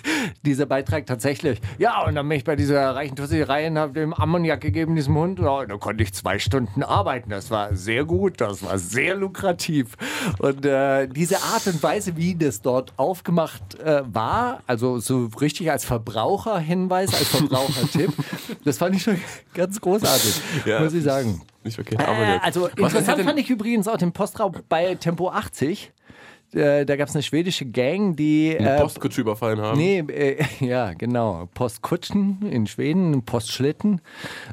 dieser Beitrag tatsächlich. Ja, und dann bin ich bei dieser reichen Tussi-Reihe und habe dem Ammoniak gegeben, diesem Hund. Ja, da konnte ich zwei Stunden arbeiten. Das war sehr gut, das war sehr lukrativ. Und äh, diese Art und Weise, wie das dort aufgemacht äh, war, also so richtig als Verbraucherhinweis, als
*laughs*
Verbrauchertipp, das fand ich schon ganz großartig,
Ja.
muss ich sagen.
Nicht verkehrt.
Äh,
Ammoniak.
also
was, was hat
interessant
denn,
fand ich übrigens auch den Postraub bei Tempo 80. Äh, da gab es eine schwedische Gang, die
eine
äh,
Postkutsche überfallen haben.
Nee, äh, *laughs* ja, genau. Postkutschen in Schweden, Postschlitten.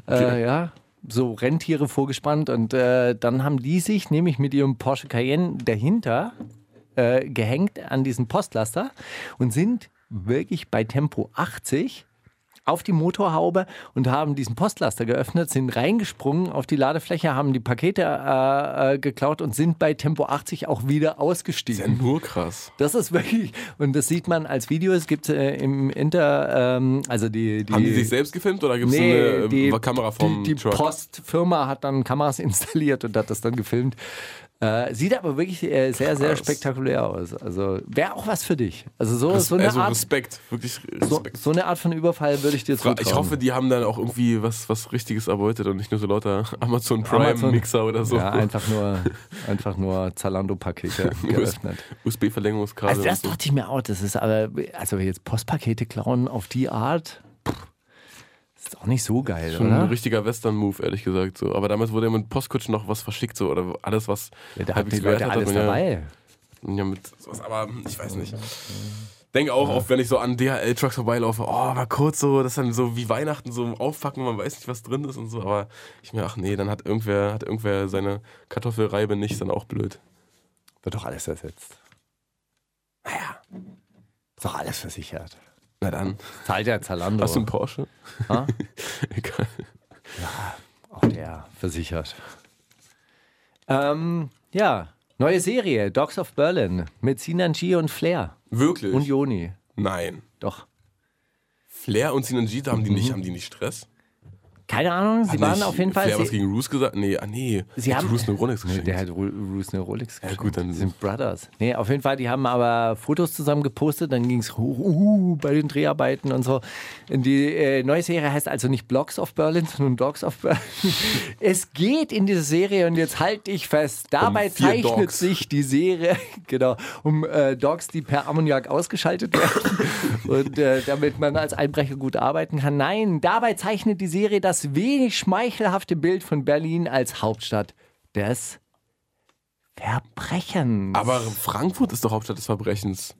Äh, ja, so Rentiere vorgespannt. Und äh, dann haben die sich nämlich mit ihrem Porsche Cayenne dahinter äh, gehängt an diesen Postlaster und sind wirklich bei Tempo 80 auf die Motorhaube und haben diesen Postlaster geöffnet, sind reingesprungen auf die Ladefläche, haben die Pakete äh, äh, geklaut und sind bei Tempo 80 auch wieder
Ja,
ausgestiegen.
nur krass.
Das ist wirklich, und das sieht man als Video, es gibt äh, im Inter, ähm, also die, die
Haben die sich selbst gefilmt oder gibt es eine äh, Kamera vom
die, die
Truck?
Postfirma hat dann Kameras *laughs* installiert und hat das dann gefilmt. Äh, sieht aber wirklich äh, sehr, sehr
Krass.
spektakulär aus. Also wäre auch was für dich. Also so, so eine
also
Art.
Respekt, wirklich
So,
Respekt.
so eine Art von Überfall würde ich dir zutrauen.
ich hoffe, die haben dann auch irgendwie was, was Richtiges erbeutet und nicht nur so lauter *laughs* Amazon Prime
Amazon-
Mixer oder so. *laughs*
Ja, einfach nur, einfach nur Zalando-Pakete geöffnet.
USB-Verlängerungskabel.
Also das
und so.
dachte ich mir auch, das ist aber, also jetzt Postpakete klauen auf die Art, pff, ist auch nicht so geil,
Schon ein
oder?
richtiger Western-Move, ehrlich gesagt. So. Aber damals wurde ja mit Postkutschen noch was verschickt, so, oder alles, was
Ja, da haben
halbwegs
die Leute
hat,
alles
hat man ja-
dabei. Mhm.
Ja, mit sowas, aber ich weiß nicht. Denke auch oft, wenn ich so an DHL-Trucks vorbeilaufe, oh, mal kurz so, das ist dann so wie Weihnachten so aufpacken, man weiß nicht, was drin ist und so, aber ich mir, ach nee, dann hat irgendwer, hat irgendwer seine Kartoffelreibe nicht, ist dann auch blöd.
Wird doch alles ersetzt. Naja. Ist doch alles versichert.
Na dann.
Zahlt ja Zalando.
Hast du einen Porsche?
Ha?
*laughs* Egal.
Auch der versichert. Ähm, ja, neue Serie, Dogs of Berlin mit Sinan G und Flair
Wirklich?
und Joni.
Nein.
Doch.
Flair und Sinan G, haben die nicht, haben die nicht Stress?
Keine Ahnung, sie
Hat
waren
nicht
auf jeden Fall.
Flair was
Sie,
gegen Roos gesagt? Nee, ah nee.
Sie
Hat
haben-
Roos eine Rolex
nee,
geschenkt.
der hat Ru- Roos eine Rolex geschenkt.
gut, dann-
Die sind Brothers. Nee, auf jeden Fall, die haben aber Fotos zusammen gepostet, dann ging es hoch uh, bei den Dreharbeiten und so. Die äh, neue Serie heißt also nicht Blocks of Berlin, sondern Dogs of
*laughs*
Berlin. es geht in diese Serie und jetzt halt dich fest. Dabei
Um vier
zeichnet
Dogs.
sich die Serie, *laughs* genau, um äh, Dogs, die per Ammoniak ausgeschaltet
*laughs*
werden und äh, damit man als Einbrecher gut arbeiten kann. Nein, dabei zeichnet die Serie das wenig schmeichelhafte Bild von Berlin als Hauptstadt des Verbrechens.
aber Frankfurt ist doch Hauptstadt des Verbrechens.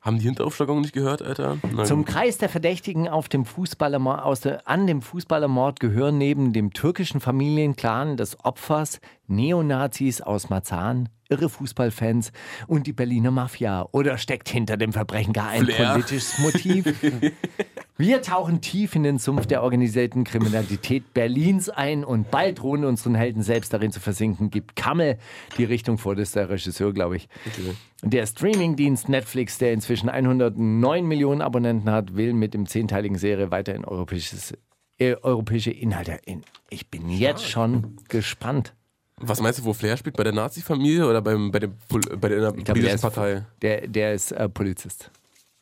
Haben die Hinteraufschlagung nicht gehört, Alter? Na
Zum
gut.
Kreis der Verdächtigen auf dem Fußballermord, aus der, an dem Fußballermord gehören neben dem türkischen Familienclan des Opfers Neonazis aus Marzahn, irre Fußballfans und die Berliner Mafia. Oder steckt hinter dem Verbrechen gar ein
Flair.
politisches Motiv? Wir tauchen tief in den Sumpf der organisierten Kriminalität Berlins ein und bald drohen unseren Helden selbst darin zu versinken, gibt Kammel die Richtung vor, das ist der Regisseur, glaube ich. Der Streamingdienst Netflix, der inzwischen 109 Millionen Abonnenten hat, will mit dem zehnteiligen Serie weiterhin europäisches, äh, europäische Inhalte. In. Ich bin jetzt schon gespannt.
Was meinst du, wo Flair spielt? Bei der Nazi-Familie oder beim, bei, dem, Pol- bei der
Ich glaub,
politischen
ist,
Partei?
Der, der ist äh, Polizist,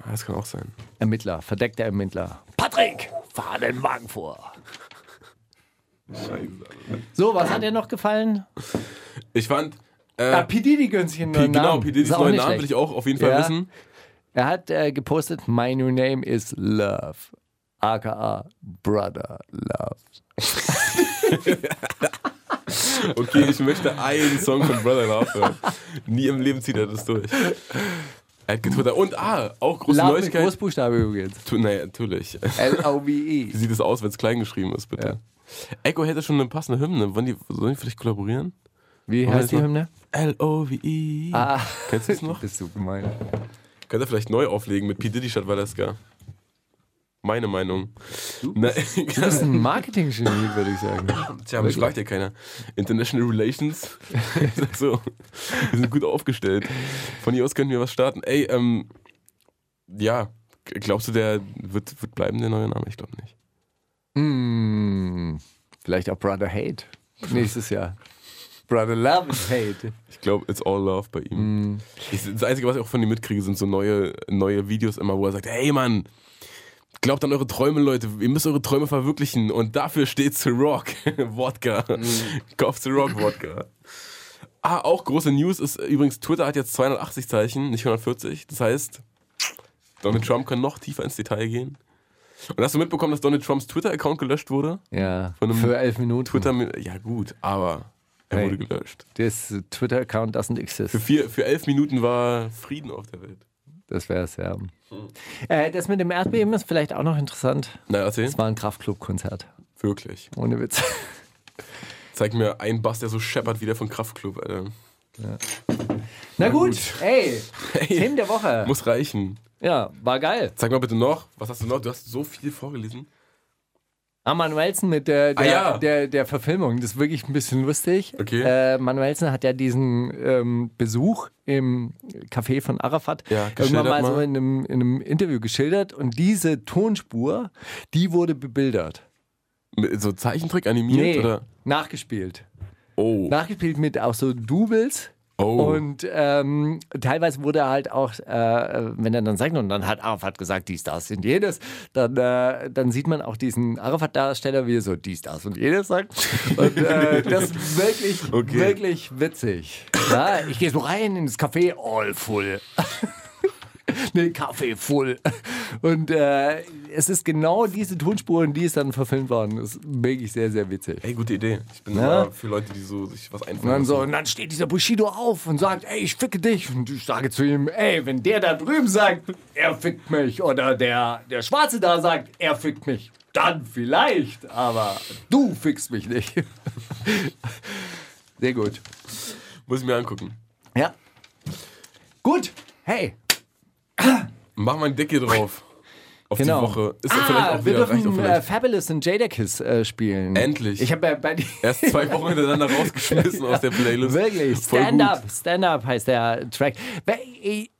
Ah, das kann auch sein.
Ermittler, verdeckter Ermittler. Patrick, fahr den Wagen vor. So, was hat dir noch gefallen?
Ich fand. Äh,
Ah, P. Diddy gönnt sich einen
P
neuen
genau,
Namen.
P. Diddy's
Ist auch
neuen
nicht
Namen will
schlecht.
ich auch auf jeden Fall
Ja.
wissen.
Er hat äh, gepostet, My new name is Love. AKA Brother Love.
Okay, ich möchte einen Song von Brother Love hören. Nie im Leben zieht er das durch. Er hat getwittert. Und ah, auch große
Love mit
Neuigkeit.
Großbuchstabe übrigens. *laughs*
Tu- Naja, natürlich. *laughs* Wie
L-O-V-E.
sieht es aus, wenn es klein geschrieben ist, bitte? Echo hätte schon eine passende Hymne. Wollen die, sollen die vielleicht kollaborieren?
Wie heißt die Hymne?
L-O-V-E. E.
Ah.
Kennst du es noch?
*laughs* Bist du gemein.
Könnt ihr vielleicht neu auflegen mit P. Diddy statt Valeska? Meine Meinung. Na, *laughs*
Das *laughs* ist ein Marketing-Genie, würde ich sagen.
tja, mich fragt ja keiner. International Relations. *laughs* Ich sag so, wir sind gut aufgestellt. Von hier aus könnten wir was starten. Ey, ähm, ja, glaubst du, der wird, wird bleiben, der neue Name? Ich glaube nicht.
Hm, vielleicht auch Brother Hate. Nächstes Jahr. Brother Love is Hate.
Ich glaube, it's all love bei ihm. Ich, das Einzige, was ich auch von ihm mitkriege, sind so neue, neue Videos immer, wo er sagt, hey Mann, glaubt an eure Träume, Leute. Ihr müsst eure Träume verwirklichen. Und dafür steht The Rock *laughs* Wodka. Kauft The Rock Wodka. Ah, auch große News ist äh, übrigens, Twitter hat jetzt 280 Zeichen, nicht 140. Das heißt, Donald Trump kann noch tiefer ins Detail gehen. Und hast du mitbekommen, dass Donald Trumps Twitter-Account gelöscht wurde?
Ja,
Von einem
für elf Minuten.
Twitter, ja gut, aber er
Hey.
wurde gelöscht.
Das Twitter-Account doesn't exist.
Für, vier, für elf Minuten war Frieden auf der Welt.
Das wäre es, ja. Äh, das mit dem Erdbeben ist vielleicht auch noch interessant.
Na, erzähl.
Es war ein Kraftklub-Konzert.
Wirklich.
Ohne Witz.
Zeig mir einen Bass, der so scheppert wie der von Kraftklub, Alter.
Na gut, ey. Themen der Woche.
Muss reichen.
Ja, war geil.
Zeig mal bitte noch. Was hast du noch? Du hast so viel vorgelesen.
Ah, Manuelsen mit der, der,
Ah, ja.
der, der Verfilmung, das ist wirklich ein bisschen lustig.
Okay.
Äh, Manuelsen hat ja diesen ähm, Besuch im Café von Arafat
Ja,
irgendwann
geschildert
mal so
mal.
in einem, in einem Interview geschildert und diese Tonspur, die wurde bebildert.
Mit So Zeichentrick animiert oder?
nachgespielt.
Oh.
Nachgespielt mit auch so Doubles.
Oh.
Und ähm, teilweise wurde halt auch, äh, wenn er dann sagt, und dann hat Arafat gesagt, dies, das und jenes, dann, äh, dann sieht man auch diesen Arafat-Darsteller, wie er so dies, das und jenes
*laughs*
sagt. Und äh, das ist wirklich,
Okay.
wirklich witzig. Ja, ich gehe so rein ins Café, all full. *laughs* Nee, Kaffee full. Und äh, es ist genau diese Tonspuren, die es dann verfilmt worden. Das ist wirklich sehr, sehr witzig.
Ey, gute Idee. Ich bin
Ja.
immer für Leute, die so sich was
Und
einfallen
dann, so,
lassen.
und dann steht dieser Bushido auf und sagt, ey, ich ficke dich. Und ich sage zu ihm, ey, wenn der da drüben sagt, er fickt mich, oder der, der Schwarze da sagt, er fickt mich, dann vielleicht, aber du fickst mich nicht. *laughs* Sehr gut.
Muss ich mir angucken.
Ja. Gut. Hey,
Mach mal ein Decke drauf. Auf
Genau.
die Woche. Ist ja vielleicht
ah,
auch
wir
wieder reicht auch
dürfen äh,
vielleicht.
Fabulous und Jadakiss äh, spielen.
Endlich.
Ich habe ja bei
Erst zwei Wochen
*laughs*
hintereinander rausgeschmissen aus der Playlist.
Wirklich,
Voll gut.
Stand-Up. Stand-Up heißt der Track. Wer- ich-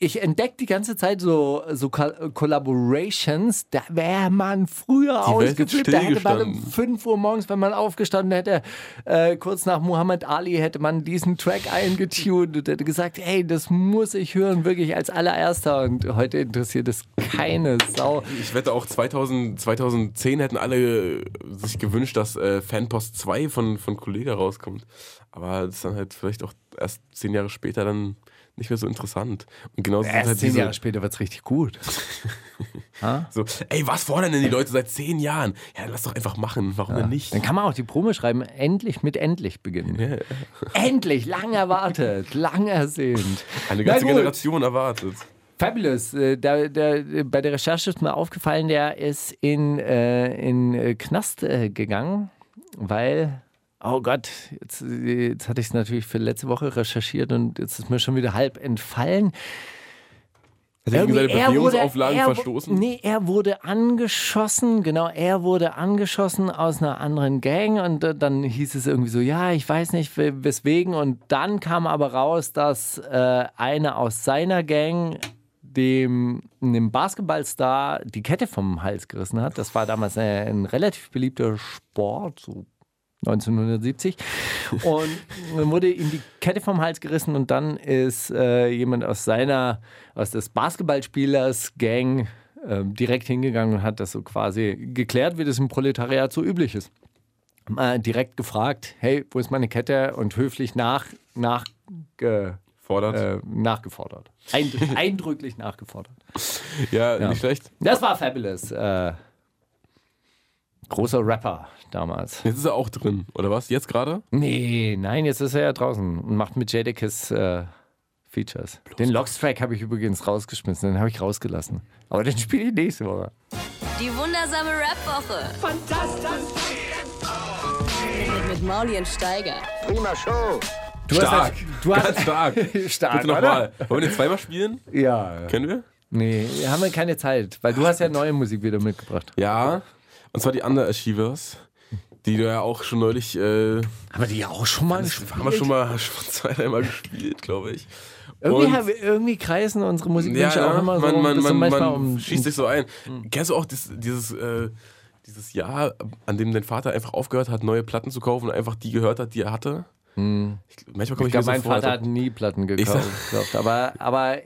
Ich entdecke die ganze Zeit so, so Ko- Collaborations, da wäre man früher
Die Welt ist
ausgeflippt. Da hätte man um
stillgestanden.
5 Uhr morgens, wenn man aufgestanden hätte, äh, kurz nach Muhammad Ali, hätte man diesen Track eingetuned und hätte gesagt, hey, das muss ich hören, wirklich als allererster. Und heute interessiert es keine Sau.
Ich wette auch 2000, 2010 hätten alle äh, sich gewünscht, dass äh, Fanpost 2 von, von Kollega rauskommt. Aber das ist dann halt vielleicht auch erst zehn Jahre später dann nicht mehr so interessant. Und genauso sind
Erst
halt
zehn
diese,
Jahre später wird es richtig gut.
so, ey, was fordern denn die Leute seit zehn Jahren? Ja, lass doch einfach machen. Warum denn nicht?
Dann kann man auch die Promo schreiben, endlich mit endlich beginnen. Endlich, lang erwartet, lang ersehnt.
Eine
Na
ganze
gut. Also
Generation erwartet.
Fabulous, äh, da, da, äh, bei der Recherche ist mir aufgefallen, der ist in, äh, in äh, Knast äh, gegangen, weil, oh Gott, jetzt, äh, jetzt hatte ich es natürlich für letzte Woche recherchiert und jetzt ist mir schon wieder halb entfallen.
Hat er gegen seine
Irgendwie, er wurde-
Bewährungsauflagen
er wu-
verstoßen?
Nee, er wurde angeschossen, genau, er wurde angeschossen aus einer anderen Gang und äh, dann hieß es irgendwie so, ja, ich weiß nicht we- weswegen und dann kam aber raus, dass äh, einer aus seiner Gang dem einem Basketballstar die Kette vom Hals gerissen hat. Das war damals äh, ein relativ beliebter Sport, so 1970. Und dann wurde ihm die Kette vom Hals gerissen und dann ist äh, jemand aus seiner, aus des Basketballspielers Gang ähm, direkt hingegangen und hat das so quasi geklärt, wie das im Proletariat so üblich ist. Mal direkt gefragt, hey, wo ist meine Kette? Und höflich nach, nach, ge,
Fordert.
äh, nachgefordert. Eindr- *laughs* eindrücklich nachgefordert.
ja, nicht schlecht.
Das war Fabulous. Äh, großer Rapper damals.
Jetzt ist er auch drin, oder was? Jetzt gerade?
Nee, nein, jetzt ist er ja draußen und macht mit Jadakiss äh, Features. Den Logstrack habe ich übrigens rausgeschmissen, den habe ich rausgelassen. Aber den spiele ich nächste Woche.
Die wundersame Rap-Woche. Fantastisch. Mit Mauli und Steiger.
Prima Show.
Du
Stark.
Hast, du hast,
Ganz stark.
*laughs* Stark,
Bitte nochmal. Wollen wir den zweimal spielen?
ja.
Können wir?
Nee, haben wir keine Zeit, weil du hast ja neue Musik wieder mitgebracht.
Ja. Und zwar die Underachievers, die du ja auch schon neulich, äh,
Aber die auch schon mal
haben wir schon mal *laughs* schon zwei, dreimal gespielt, glaube ich.
Irgendwie,
Und-
haben wir- irgendwie kreisen unsere
ja,
Musikwünsche
ja,
auch immer so
man,
um-
man,
bis
man,
um manchmal
man
um Hm.
schießt sich so ein. Kennst du auch dies, dieses, äh, dieses Jahr, an dem dein Vater einfach aufgehört hat, neue Platten zu kaufen und einfach die gehört hat, die er hatte? Ich, manchmal komme
Hm. Ich
ich,
glaube,
mir
mein
so vor, als
Vater
ob-
hat nie Platten
sag-
gekauft. Aber, aber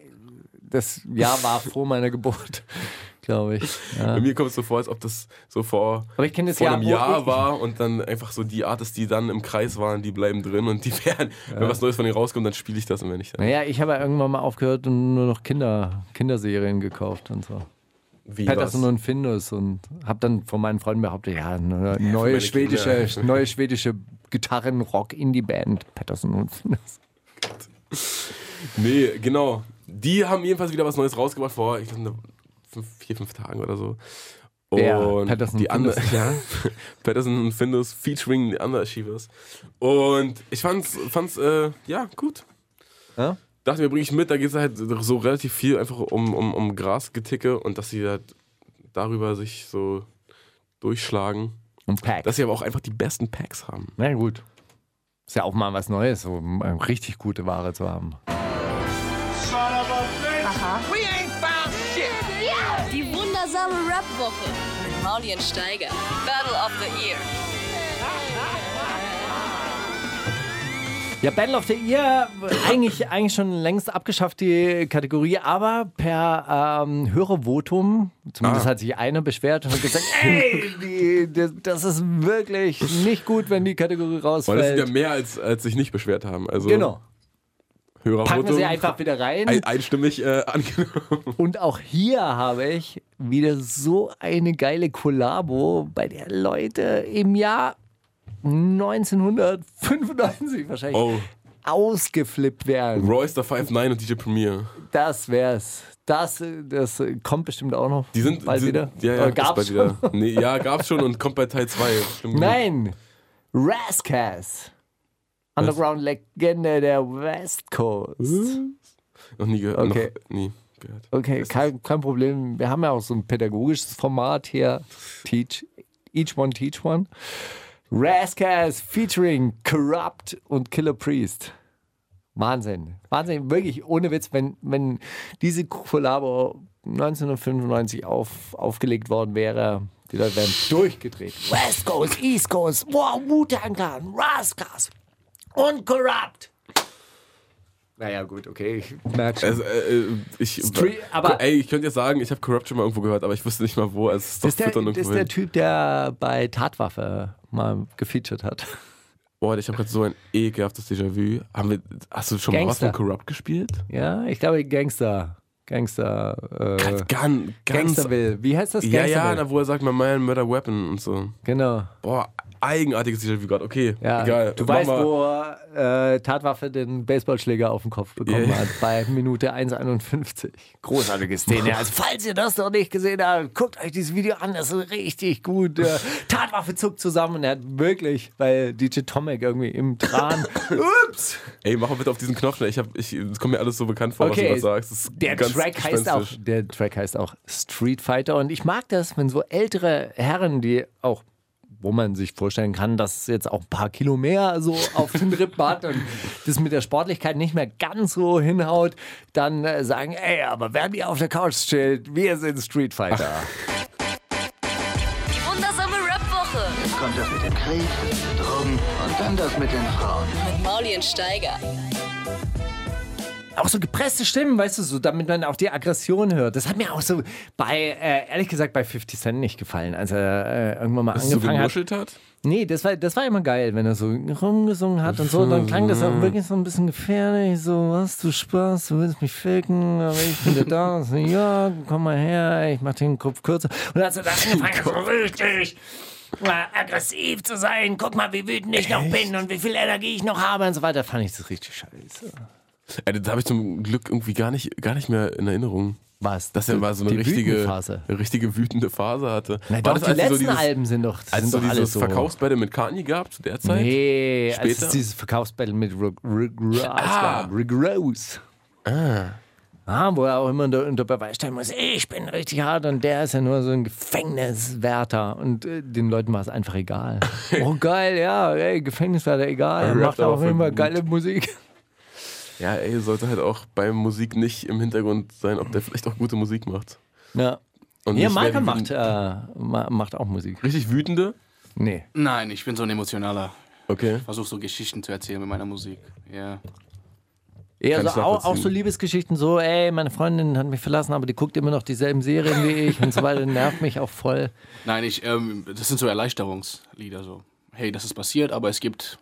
das Jahr war vor meiner Geburt, *laughs* glaube ich. Ja.
Bei mir kommt es so vor, als ob das so vor,
Aber ich kenne das
vor
Jahr,
einem
wo
Jahr
ich-
war und dann einfach so die Artists, die dann im Kreis waren, die bleiben drin und die *laughs* werden, wenn was Neues von denen rauskommt, dann spiele ich das und wenn nicht, dann.
Naja, ich habe ja irgendwann mal aufgehört und nur noch Kinder, Kinderserien gekauft und so.
Wie was?
Patterson und Findus und habe dann von meinen Freunden behauptet, ja, ne- neue
meine
schwedische,
Kinder.
neue schwedische Gitarren-Rock-Indie-Band Patterson und also Findus.
Nee, genau. Die haben jedenfalls wieder was Neues rausgebracht vor, ich glaube, fünf, vier, fünf Tagen oder so. Und
Wer? Patterson
die
und
andere,
Findus?
ja, *laughs* Patterson und Findus featuring die Underachievers. Und ich fand's, fand's äh, ja, gut.
Ja?
Dachte mir, bringe ich mit, da geht's halt so relativ viel einfach um, um, um Grasgeticke und dass sie halt darüber sich so durchschlagen.
Und Pack.
Dass sie aber auch einfach die besten Packs haben.
Na gut. Ist ja auch mal was Neues, so ähm, richtig gute Ware zu haben.
Die wundersame Rap-Woche mit Maulien Steiger. Battle of the Year.
Ja, Battle of the Year, eigentlich, eigentlich schon längst abgeschafft, die Kategorie, aber per ähm, Hörervotum, zumindest
Ah.
hat sich einer beschwert und hat
*laughs*
gesagt, ey, die, die, das ist wirklich nicht gut, wenn die Kategorie
Weil das sind ja
rausfällt.
mehr, als, als sich nicht beschwert haben. Also
Genau, packen wir
Hörervotum
sie einfach wieder rein.
ein, einstimmig
*laughs*
äh, angenommen.
Und auch hier habe ich wieder so eine geile Kollabo, bei der Leute im Jahr 1995 wahrscheinlich
Oh,
ausgeflippt werden.
Royster 5.9 und DJ Premier.
Das wär's. Das, äh, das äh, kommt bestimmt auch noch.
Die sind,
bald
die sind
wieder.
Ja, ja,
Oder
ist
gab's
bald
schon?
Wieder. Nee, ja, gab's schon und kommt bei Teil 2. Stimmt gut.
Nein! Rascas. Underground-Legende der West Coast.
Noch nie gehört.
Okay.
Noch nie gehört.
Okay,
Ist
kein, kein Problem. Wir haben ja auch so ein pädagogisches Format hier. Teach, each one, teach one. Rascas featuring Corrupt und Killer Priest. Wahnsinn. Wahnsinn. Wirklich ohne Witz, wenn, wenn diese Kollabo 1995 auf, aufgelegt worden wäre, die Leute wären durchgedreht. West Coast, East Coast, wow, Wu-Tang Clan, Rascas und Corrupt. Naja, gut, okay, ich merke schon.
Also, äh, äh, ich,
Street- aber-
ey, ich könnte jetzt sagen, ich habe Corrupt schon mal irgendwo gehört, aber ich wusste nicht mal wo. Also, es ist doch
Das ist, der,
Twitter
das
irgendwo
ist
hin.
der Typ, der bei Tatwaffe mal gefeatured
*laughs*
hat.
Boah, ich habe gerade so ein ekelhaftes Déjà-vu. Haben wir, hast du schon mal was
Gangster.
von Corrupt gespielt?
Ja, ich glaube Gangster. Gangster. Äh,
Ganz, ganz.
Gangsterville. Wie heißt das?
ja, ja,
Gangsterville?
na, wo er sagt, my man, murder weapon und so.
genau.
Boah, eigenartiges Déjà-vu gerade. Okay,
Ja.
egal.
Du
Mach
weißt,
mal.
wo äh, Tatwaffe den Baseballschläger auf den Kopf bekommen
Ja.
hat, bei Minute 1,51. Großartige Szene. *laughs* Also, falls ihr das noch nicht gesehen habt, guckt euch dieses Video an, das ist richtig gut. Äh, Tatwaffe zuckt zusammen und er hat wirklich, weil DJ Tomek irgendwie im
*laughs*
Tran. Ups!
Ey, mach mal bitte auf diesen Knopf. schnell. Ich hab, ich, es kommt mir alles so bekannt vor, was du da sagst. Das ist
der
ganz
Track heißt auch,
gespenstisch.
der Track heißt auch Street Fighter und ich mag das, wenn so ältere Herren, die auch wo man sich vorstellen kann, dass jetzt auch ein paar Kilo mehr so auf
*laughs*
den Rippen hat und das mit der Sportlichkeit nicht mehr ganz so hinhaut, dann äh, sagen, ey, aber wer mir auf der Couch chillt, wir sind Street Fighter.
Die wundersame Rap-Woche
Kommt das mit dem Krieg, Drogen und dann das mit den Frauen.
mit Maulien Steiger.
auch so gepresste Stimmen, weißt du, so damit man auch die Aggression hört. Das hat mir auch so bei, äh, ehrlich gesagt, bei 50 Cent nicht gefallen, als er äh, irgendwann mal
Dass es so
angefangen hat.
gemuschelt hat.
Nee, das war, das war immer geil, wenn er so rumgesungen hat und so. Und dann klang das auch wirklich so ein bisschen gefährlich. So, hast du Spaß? Du willst mich ficken? Aber ich bin der da. Und so, ja, komm mal her. Ich mach den Kopf kürzer. Und dann hat er dann angefangen, so richtig äh, aggressiv zu sein. Guck mal, wie wütend ich noch bin und wie viel Energie ich noch habe und so weiter. Fand ich das richtig scheiße.
Ey, das habe Äh, ich zum Glück irgendwie gar nicht, gar nicht mehr in Erinnerung.
Was?
Dass er mal so eine
Die
richtige,
Wütenphase?
eine richtige wütende Phase hatte.
Na,
War
doch,
das,
die
als es
letzten
so dieses,
Alben sind doch, sind
Als es so
doch alle
dieses
so.
Verkaufsbattle mit Kanye gab zu der Zeit?
Nee, als
Später?
es dieses Verkaufsbattle mit Rick, Rick, Ross
Ah.
gab. Rick Rose. Ah. wo er auch immer unter, unter Beweis stellen muss, ich bin richtig hart und der ist ja nur so ein Gefängniswärter. Und äh, den Leuten war es einfach egal.
*laughs*
oh geil, ja, ey, Gefängniswärter, egal. Er
rappt
macht
aber
auch
voll
immer
gut.
geile Musik.
Ja, ey, sollte halt auch bei Musik nicht im Hintergrund sein, ob der vielleicht auch gute Musik macht.
Ja,
Und
ja
nicht, wer
Marker macht,
wütend-
äh, ma- macht auch Musik.
Richtig wütende?
Nee.
Nein, ich bin so ein emotionaler.
Okay.
Versuche so Geschichten zu erzählen mit meiner Musik. Ja.
Ja,
Kann
so,
ich
auch, auch so
nachvollziehen.
Liebesgeschichten, so, ey, meine Freundin hat mich verlassen, aber die guckt immer noch dieselben Serien wie ich und so weiter, nervt mich auch voll.
Nein, ich, ähm, das sind so Erleichterungslieder so. Hey, das ist passiert, aber es gibt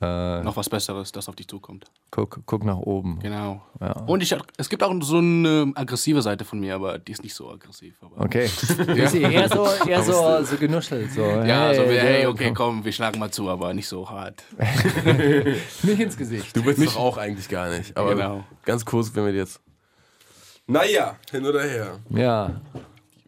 Äh.
noch was Besseres, das auf dich zukommt.
Guck, guck nach oben.
Genau. Und ich, es gibt auch so eine aggressive Seite von mir, aber die ist nicht so aggressiv. Aber
Okay. Ist sie eher so, eher so, so genuschelt. So.
Ja, also
hey,
wir, hey,
ja, *laughs*
okay, komm, wir schlagen mal zu, aber nicht so hart.
Nicht ins Gesicht.
Du willst doch auch eigentlich gar nicht. Aber
Genau.
ganz kurz, wenn wir jetzt. Naja, hin oder her.
Ja.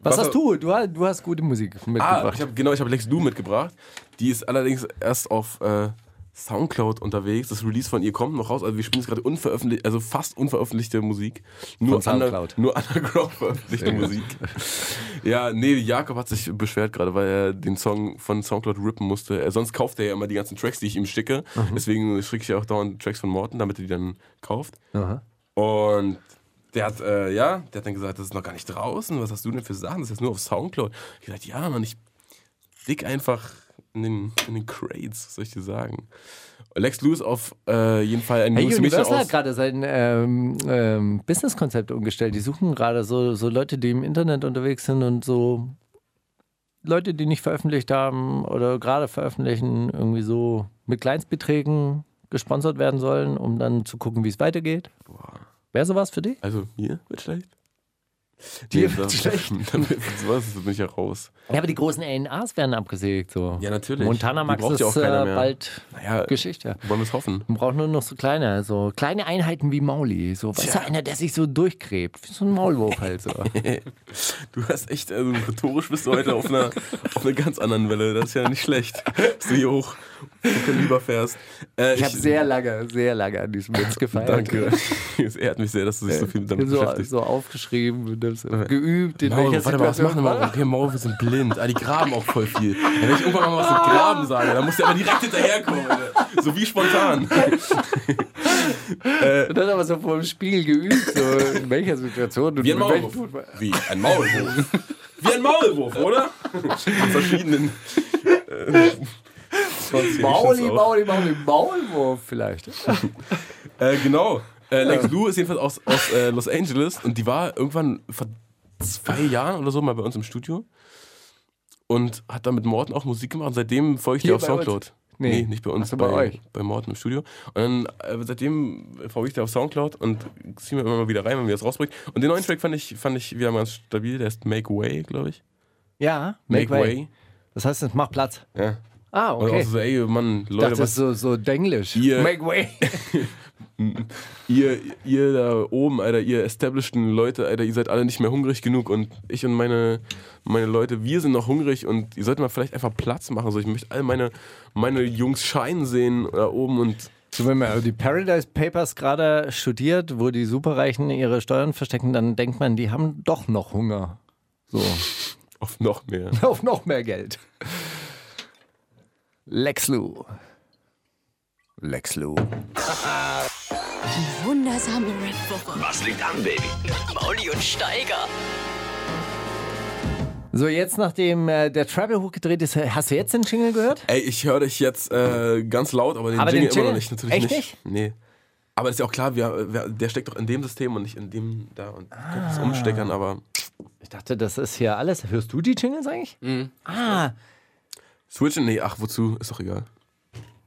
Was,
Was-
hast du? du? hast- Du hast gute Musik
Ah,
mitgebracht.
ich hab, genau, ich habe Lex Lu mitgebracht. Die ist allerdings erst auf äh, Soundcloud unterwegs. Das Release von ihr kommt noch raus. Also wir spielen jetzt gerade unveröffentlicht, also fast unveröffentlichte Musik. Nur,
Von Soundcloud.
nur underground veröffentlichte Musik. Ja, nee, Jakob hat sich beschwert gerade, weil er den Song von Soundcloud rippen musste. Er, sonst kauft er ja immer die ganzen Tracks, die ich ihm schicke.
Mhm.
Deswegen schicke ich ja auch dauernd Tracks von Morten, damit er die dann kauft. Und der hat, äh, ja, der hat dann gesagt, das ist noch gar nicht draußen. Was hast du denn für Sachen? Das ist nur auf Soundcloud. Ich hab gesagt, ja, Mann, ich dick einfach in den, in den Crates, was soll ich dir sagen? Lex Lewis auf äh, jeden Fall ein
Hey,
junges Mädchen
Universal
aus.
hat gerade sein ähm, ähm, Businesskonzept umgestellt. Die suchen gerade so, so Leute, die im Internet unterwegs sind und so Leute, die nicht veröffentlicht haben oder gerade veröffentlichen, irgendwie so mit Kleinstbeträgen gesponsert werden sollen, um dann zu gucken, wie es weitergeht. Wäre sowas für dich?
Also mir wird schlecht.
Dir
Nee,
wird
da- *laughs*
schlecht?
Damit, was, da bin ich ja raus.
Ja, aber die großen LNAs werden abgesägt. So.
Ja, natürlich.
Montana
Die
Max
braucht
ist
ja auch keiner
äh,
mehr.
bald
Naja,
Geschichte.
wollen wir es hoffen.
Man braucht nur noch so kleine, so kleine Einheiten wie Mauli. So, weißt du, einer, der sich so durchgräbt. Wie so ein Maulwurf halt
*laughs*
so.
Du hast echt, also rhetorisch bist du heute auf *laughs* einer, auf einer ganz anderen Welle. Das ist ja nicht schlecht, dass du hier hoch und dann lieber fährst. Äh,
Ich habe sehr lange, sehr lange an diesem Witz gefeiert.
Danke. *laughs* Es ehrt mich sehr, dass du dich so viel
Ich bin
damit
so,
beschäftigst.
so aufgeschrieben, und hab so geübt. In
Maul,
welcher
warte mal, was machen
Situation-
wir? Okay, Maul, wir sind blind. Ah, die graben auch voll viel. Ja, wenn ich irgendwann mal was mit Graben sage, dann musst du aber direkt hinterherkommen. Alter. So wie spontan.
Und dann aber so vor dem Spiegel geübt, so in welcher Situation. und
Wie ein
mit welchem
Maulwurf.
Fußball-
Wie ein Maulwurf. Wie ein Maulwurf, oder? An verschiedenen. Äh,
Mauli,
auch.
Mauli, Mauli, Maulwurf vielleicht.
Äh, genau. Äh, Lex Lou ist jedenfalls aus, aus äh, Los Angeles und die war irgendwann vor zwei Jahren oder so mal bei uns im Studio und hat dann mit Morten auch Musik gemacht und seitdem folge ich
Hier
dir auf
bei
Soundcloud.
uns? Nee.
Nee, nicht bei uns,
Ach so,
bei,
bei
bei,
euch.
Morten im Studio. Und dann, äh, seitdem folge ich dir auf Soundcloud und ziehe mir immer mal wieder rein, wenn mir das rausbringt. Und den neuen Track fand ich, fand ich wieder mal stabil, der ist Make Way, glaube ich.
Ja, make, way. Das heißt, es macht Platz.
Ja. Also
Ah,
Und
okay.
auch so, ey, Mann,
Ich dachte,
Leute,
das
was,
ist so, so Denglisch.
Ihr-
Make way.
ihr, ihr da oben, Alter, ihr establisheden Leute, Alter, ihr seid alle nicht mehr hungrig genug und ich und meine, meine Leute, wir sind noch hungrig und ihr sollt mal vielleicht einfach Platz machen. So, ich möchte all meine, meine Jungs scheinen sehen da oben und
So, wenn man Also die Paradise Papers gerade studiert, wo die Superreichen ihre Steuern verstecken, dann denkt man, die haben doch noch Hunger. So.
auf noch mehr.
*laughs* auf noch mehr Geld. Lex Lou. Lex Lou.
Die wundersame Red Woche. Was liegt an, Baby? Mauli und Steiger.
So, jetzt nachdem äh, der Travel Hook gedreht ist, hast du jetzt den Jingle gehört?
Ey, ich höre dich jetzt äh, ganz laut, aber den
Aber den
Jingle immer
Jingle?
noch nicht. Natürlich
Echt
nicht. Nee. Aber das ist ja auch klar, wir, wir, der steckt doch in dem System und nicht in dem da und könnte
Ah.
es umsteckern, aber
Ich dachte, das ist hier alles. Hörst du die Jingles eigentlich? Ah,
switchen, nee, ach, wozu? Ist doch egal.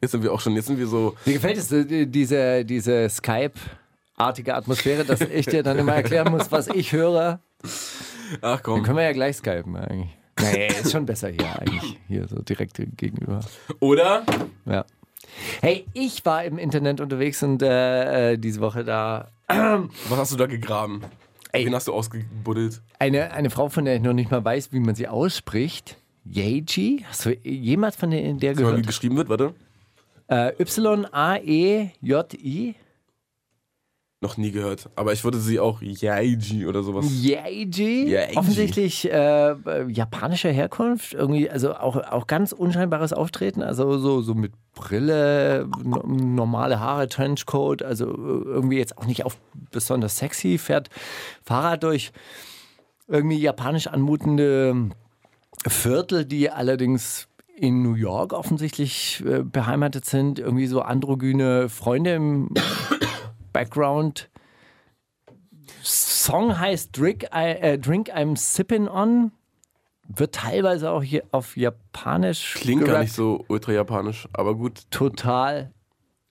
Jetzt sind wir auch schon, jetzt sind wir so,
mir gefällt es, äh, diese, diese Skype-artige Atmosphäre, dass ich dir dann immer erklären muss, was ich höre.
ach
Dann
komm.
können wir ja gleich skypen eigentlich. Naja, ist schon besser hier eigentlich, hier so direkt gegenüber.
Oder?
Ja. Hey, ich war im Internet unterwegs und äh, äh, diese Woche da
Was hast du da gegraben?
Ey.
Wen hast du ausgebuddelt?
Eine, eine Frau, von der ich noch nicht mal weiß, wie man sie ausspricht. Yeji? Hast du jemals von der, der
Mal, wie
gehört?
geschrieben wird, warte.
Äh, E Y-A-E-J-I?
Noch nie gehört. Aber ich würde sie auch Yaiji oder sowas.
Yeji?
Yeji.
Offensichtlich äh, äh, japanischer Herkunft. Irgendwie, also auch, auch ganz unscheinbares Auftreten. Also so, so mit Brille, no, normale Haare, Trenchcoat. Also äh, irgendwie jetzt auch nicht auf besonders sexy. Fährt Fahrrad durch irgendwie japanisch anmutende Viertel, die allerdings in New York offensichtlich äh, beheimatet sind, irgendwie so androgyne Freunde im *coughs* Background. Song heißt Drink, I, äh, Drink I'm Sippin' On, wird teilweise auch hier auf Japanisch
Klingt gar
gerappt.
nicht so ultra japanisch, aber gut.
Total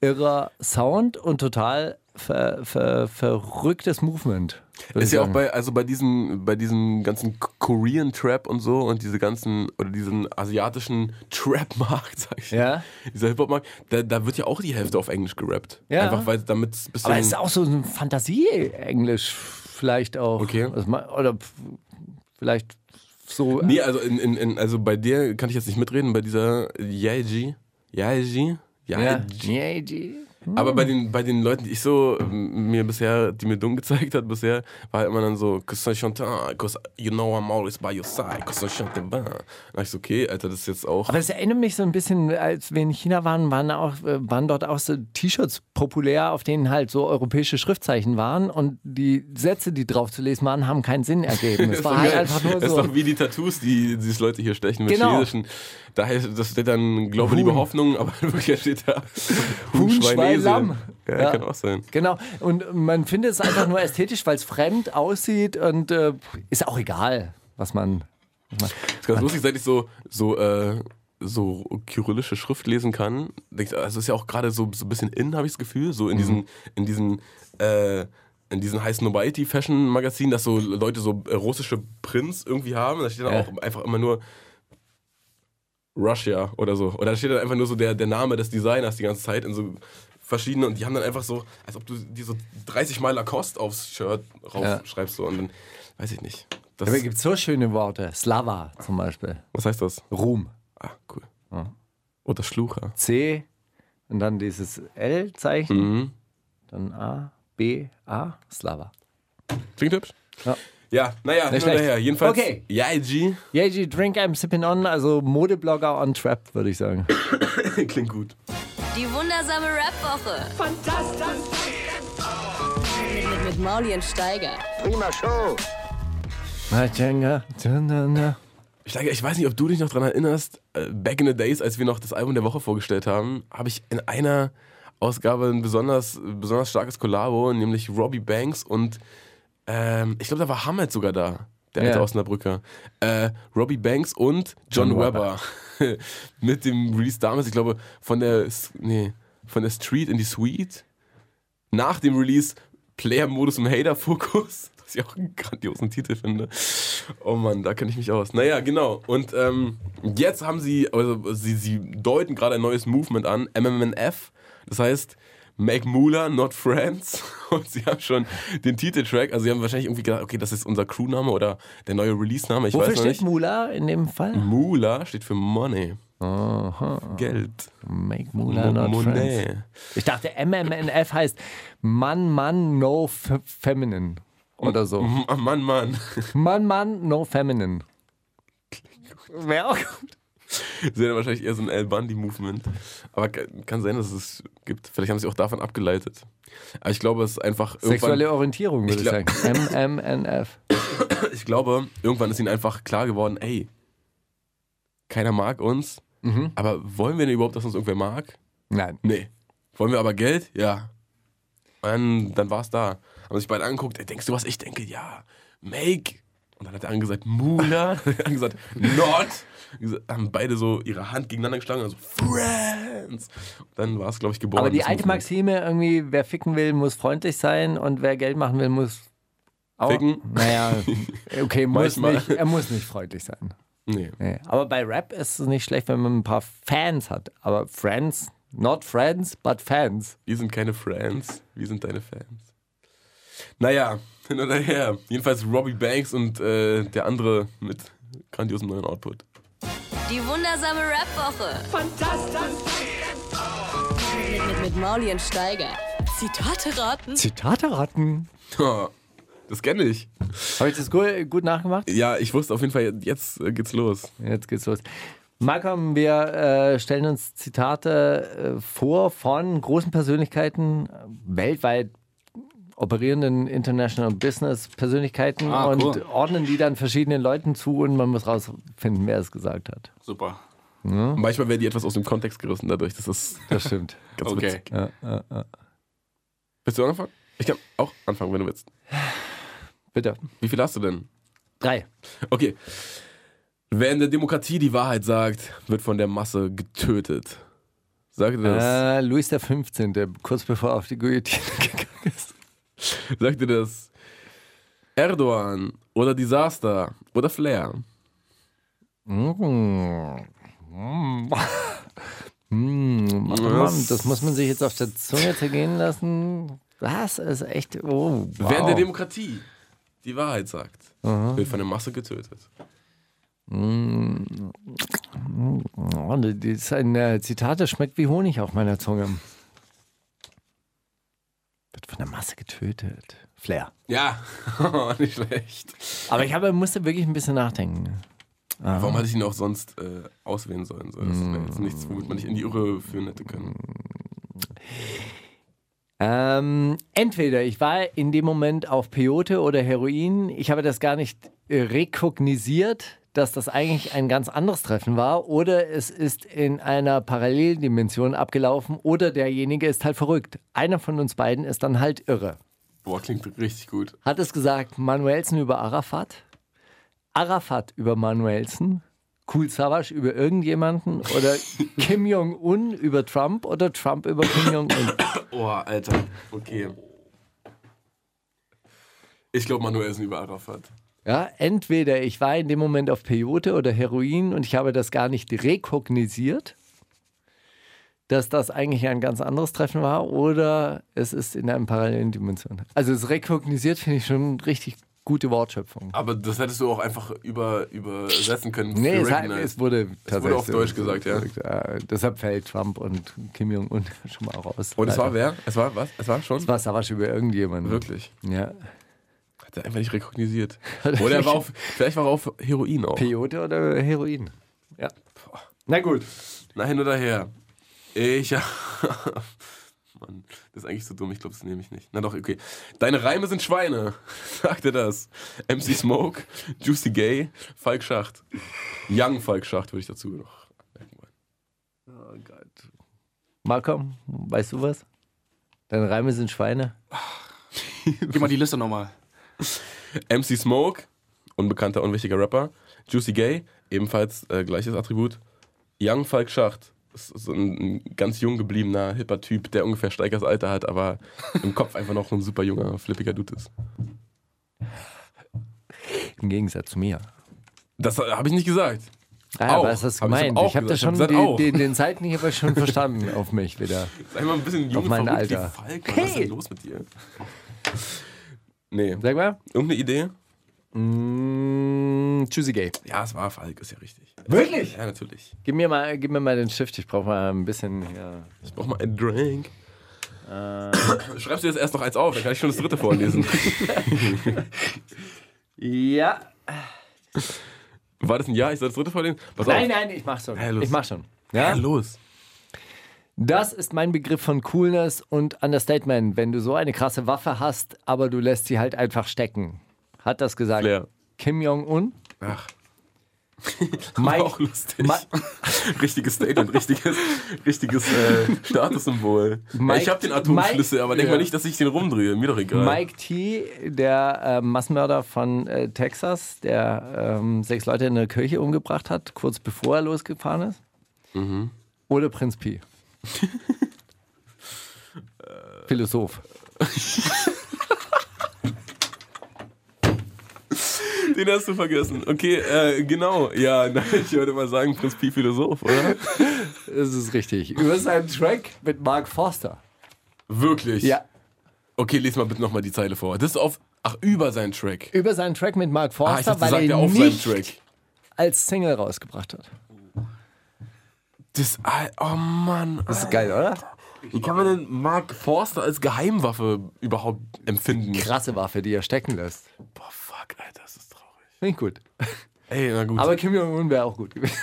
irrer Sound und total ver, ver, verrücktes Movement. würd
Ist
ich
ja auch
sagen.
bei, also bei diesen, bei diesen ganzen K- Korean Trap und so und diese ganzen, oder diesen asiatischen Trap-Markt, *laughs* sag ich.
Ja.
Dieser Hip-Hop-Markt, da, da wird ja auch die Hälfte auf Englisch gerappt.
Ja.
Einfach weil damit es ein bisschen.
Aber es ist auch so ein Fantasie-Englisch vielleicht auch.
Okay.
Also ma- Oder pf- vielleicht so. äh,
Nee, also, in, in, in, also bei dir kann ich jetzt nicht mitreden, bei dieser Yaiji. Yaiji? Ja,
äh, G.I.G.
Aber
Mm.
bei den, bei den Leuten, die ich so ähm, mir bisher, die mir dumm *laughs* gezeigt hat, bisher, war halt immer dann so, Cause Chantin, cause ah, you know I'm always by your side, Cause Chantin. Da hab ich so, okay, Alter, das ist jetzt auch. *laughs*
Aber es erinnert mich so ein bisschen, als wir in China waren, waren, auch, äh, waren dort auch so T-Shirts populär, auf denen halt so europäische Schriftzeichen waren und die Sätze, die drauf zu lesen waren, haben keinen Sinn ergeben. Es war halt einfach nur
Das ist
so.
doch wie die Tattoos, die die sich Leute hier stechen mit
Genau.
chinesischen. Da heißt, das steht dann Glaube, Liebe, Hoffnung, aber *laughs* wirklich steht da
Huhn, Schwein,
Esel.
Lamm.
Ja,
Ja.
kann auch sein.
Genau, und man findet es einfach nur ästhetisch, weil es fremd aussieht und äh, ist auch egal, was man.
Das ist ganz lustig, seit ich so, so, äh, so kyrillische Schrift lesen kann. denk ich, Also ist ja auch gerade so, so ein bisschen in, habe ich das Gefühl, so in diesen, in diesen, äh, in diesen heißen Nobiety Fashion Magazin, dass so Leute so äh, russische Prints irgendwie haben. Da steht dann
Ja.
auch einfach immer nur Russia oder so. Oder da steht dann einfach nur so der, der Name des Designers die ganze Zeit in so verschiedene und die haben dann einfach so, als ob du dir so 30 Mal Lacoste aufs Shirt raufschreibst so und dann weiß ich nicht. Das,
Da gibt es so schöne Worte. Slava zum Beispiel.
was heißt das?
Ruhm.
Ah, cool. Oder Schlucher.
C und dann dieses L-Zeichen,
Mhm.
dann A, B, A, Slava.
Klingt hübsch.
Ja.
Ja, naja, hin
Nicht
oder
schlecht.
her. Jedenfalls,
Okay.
YG
Yeji, drink, I'm sipping on, also Modeblogger on Trap, würde ich sagen.
*laughs* klingt gut.
Die wundersame Rap-Woche. Fantastisch. Mit, mit Mauli und Steiger.
Prima Show.
Na, Jenga, na, na, na.
Ich, sage, ich weiß nicht, ob du dich noch daran erinnerst, äh, back in the days, als wir noch das Album der Woche vorgestellt haben, habe ich in einer Ausgabe ein besonders, besonders starkes Kollabo, nämlich Robbie Banks und ähm, ich glaube, da war Hammett sogar da, der alte
Ja.
Osnabrücker. Äh, Robbie Banks und John,
John
Webber. *laughs* Mit dem Release damals, ich glaube, von der, S- nee, von der Street in die Suite. nach dem Release Player-Modus im Hater-Fokus, *laughs* was ich auch einen grandiosen Titel finde. Oh Mann, da kenne ich mich aus. Naja, genau. Und ähm, jetzt haben sie, also sie, sie deuten gerade ein neues Movement an, MMNF. Das heißt, Make Moolah, not Friends. *laughs* Und sie haben schon den Titeltrack, also sie haben wahrscheinlich irgendwie gedacht, okay, das ist unser Crewname oder der neue Release-Name, ich
Wofür
weiß noch
steht
nicht. Mhm.
Mula in dem Fall?
Moolah steht für Money. Geld.
Make Mula not friends.
Monet.
Ich dachte, MMNF heißt Mann, Mann, no f feminine. Oder so.
M- Oh, Mann, Mann.
Mann, Mann, no feminine. Wäre auch gut.
Sie dann wahrscheinlich eher so ein El Bundy-Movement. Aber ka- kann sein, dass es gibt. Vielleicht haben sie auch davon abgeleitet. Aber ich glaube, es ist einfach irgendwann.
Sexuelle Orientierung, würde ich,
Ich glaub-
sagen. MMNF.
*clears throat* Ich glaube, irgendwann ist ihnen einfach klar geworden, ey, keiner mag uns. Aber wollen wir denn überhaupt, dass uns irgendwer mag?
Nein.
Nee. Wollen wir aber Geld? Ja. Und dann war es da. Haben sich beide angeguckt, ey, denkst du was? Ich denke, ja. Make. Und dann hat der andere gesagt, Mula. *laughs* Dann hat der andere gesagt, not. Haben beide so ihre Hand gegeneinander geschlagen, also Friends. Und dann war es, glaube ich, geboren.
Aber die
das
alte
Movement.
Maxime, irgendwie, wer ficken will, muss freundlich sein und wer Geld machen will, muss. Au.
Ficken?
Naja, okay, muss
Manchmal.
nicht, er muss nicht freundlich sein.
Nee.
Nee. Aber bei Rap ist es nicht schlecht, wenn man ein paar Fans hat. Aber Friends, not Friends, but Fans.
Wir sind keine Friends, wir sind deine Fans. Naja, *laughs* hin oder her. Jedenfalls Robbie Banks und äh, der andere mit grandiosem neuen Output. *laughs*
Die wundersame Rap-Woche. Fantastisch. Mit, mit, mit Mauli und Steiger. Zitate raten.
Zitate raten.
Das kenne ich.
Habe ich das gut, gut nachgemacht?
Ja, ich wusste auf jeden Fall, jetzt äh, geht's los.
Jetzt geht's los. Malcolm, wir äh, stellen uns Zitate äh, vor von großen Persönlichkeiten, äh, weltweit operierenden International Business Persönlichkeiten
Ah,
und
cool.
ordnen die dann verschiedenen Leuten zu und man muss rausfinden, wer es gesagt hat.
Super.
Manchmal werden die etwas aus dem Kontext gerissen dadurch. Das ist
Das *laughs* stimmt.
ganz
Okay.
witzig. Willst du anfangen? Ich kann auch anfangen, wenn du willst.
Bitte.
Wie viel hast du denn?
Drei.
Okay. Wer in der Demokratie die Wahrheit sagt, wird von der Masse getötet. Sagt ihr das?
Äh, Luis der 15., kurz bevor er auf die Guillotine *laughs* gegangen ist.
Sagt ihr das? Erdogan oder Disaster oder Flair?
Mm. *laughs* Ach Mann, das muss man sich jetzt auf der Zunge zergehen lassen. Das ist echt. Oh, wow.
Wer in der Demokratie die Wahrheit sagt, wird von der Masse getötet.
Oh, das ist ein äh, Zitat, das schmeckt wie Honig auf meiner Zunge. Wird von der Masse getötet. Flair.
Ja, *laughs* nicht schlecht.
Aber ich habe, musste wirklich ein bisschen nachdenken.
Warum hatte ich ihn auch sonst äh, auswählen sollen? So, das wäre jetzt nichts, womit man dich in die Irre führen hätte können.
Ähm, entweder ich war in dem Moment auf Peyote oder Heroin. Ich habe das gar nicht äh, rekognisiert, dass das eigentlich ein ganz anderes Treffen war. Oder es ist in einer Paralleldimension abgelaufen. Oder derjenige ist halt verrückt. Einer von uns beiden ist dann halt irre.
Boah, klingt richtig gut.
Hat es gesagt Manuelsen über Arafat? Arafat über Manuelsen? Cool Savage über irgendjemanden? Oder Kim Jong-un über Trump? Oder Trump über Kim Jong-un?
Oh, Alter. Okay. Ich glaube, Manuel ist ein Überarafat.
Ja, entweder ich war in dem Moment auf Peyote oder Heroin und ich habe das gar nicht rekognisiert, dass das eigentlich ein ganz anderes Treffen war, oder es ist in einer parallelen Dimension. Also es rekognisiert finde ich schon eine richtig gute Wortschöpfung.
Aber das hättest du auch einfach über, übersetzen können.
Nee,
für
es, hat,
Recognize.
es wurde tatsächlich.
auf Deutsch gesagt, ja.
ja. Deshalb fällt Trump und Kim Jong-un *laughs* schon mal auch aus.
Und es war
Leider.
wer? Es war was? Es war schon?
Es war Savage über irgendjemanden.
Wirklich.
Ja.
Hat er einfach
*laughs*
nicht rekognisiert. Oder er war auf, vielleicht war er auf Heroin auch.
Peyote oder Heroin. Ja. Na gut.
Na, hin oder her. Ich. *laughs* Mann, das ist eigentlich so dumm, ich glaube, das nehme ich nicht. Na doch, okay. Deine Reime sind Schweine, *laughs* sagte das. MC Smoke, Juicy Gay, Falk Schacht. Young Falk Schacht würde ich dazu noch merken wollen.
Malcolm, weißt du was? Deine Reime sind Schweine.
Gib mal die Liste nochmal.
MC Smoke, unbekannter, unwichtiger Rapper. Juicy Gay, ebenfalls äh, gleiches Attribut. Young Falk Schacht, ist so ein, ein ganz jung gebliebener, hipper Typ, der ungefähr Steigers Alter hat, aber im Kopf einfach noch ein super junger, flippiger Dude ist.
Im Gegensatz zu mir.
Das äh, habe ich nicht gesagt.
Ah,
Auch.
aber was hast du
Hab ich
gemeint?
auch
Ich habe da
gesagt.
schon
Ich hab
die,
gesagt, auch.
den, den Zeitlichen aber schon verstanden
*laughs*
auf mich wieder.
Sei mal ein bisschen jung
Auf mein
und verrückt wie
Alter.
Falk. Mann. Was ist denn los mit dir? Nee.
Sag mal.
Irgendeine Idee?
Mm, Juicy Gay.
Ja, es war Falk, ist ja richtig.
Wirklich?
Ja, natürlich.
Gib mir mal, gib mir mal den Stift, ich brauche mal ein bisschen hier.
Ich brauch mal einen Drink. Schreibst du jetzt erst noch eins auf, dann kann ich schon das dritte *laughs* vorlesen.
Ja.
War das ein Ja? Ich soll das dritte vorlesen? Pass
Nein,
auf.
nein, ich mach schon.
Ja, los.
ich mach schon.
Ja, los.
Das ist mein Begriff von Coolness und Understatement, wenn du so eine krasse Waffe hast, aber du lässt sie halt einfach stecken. Hat das gesagt
Flair.
Kim Jong-un?
Ach.
Mike-
*laughs* Auch lustig.
Ma-
richtiges Statement, richtiges, richtiges äh, Statussymbol.
Mike-
ich habe den Atomschlüssel,
Mike-
aber denk
Ja.
mal nicht, dass ich den rumdrehe. Mir doch egal.
Mike T., der äh, Massenmörder von äh, Texas, der ähm, sechs Leute in der Kirche umgebracht hat, kurz bevor er losgefahren ist.
Mhm.
Oder Prinz
*laughs*
P. Philosoph.
Den hast du vergessen. Okay, äh, genau. Ja, *laughs* na, ich würde mal sagen, Prinz Pi Philosoph, oder?
Das ist richtig. Über seinen Track mit Mark Forster.
Wirklich?
Ja,
Okay, lies mal bitte nochmal die Zeile vor. Das ist auf. Ach, über seinen Track.
über seinen Track mit Mark
Ah, ich
Forster,
dachte,
weil
sagt
er
er auf seinem
nicht
Track.
als Single rausgebracht hat.
Das. ah, Oh Mann.
Das ist geil, oder?
Wie kann man denn Mark Forster als Geheimwaffe überhaupt empfinden?
Krasse Waffe, die er stecken lässt.
Boah, fuck, Alter, das ist traurig.
Finde ich gut.
Ey, na gut.
Aber Kim Jong-un wäre auch gut gewesen.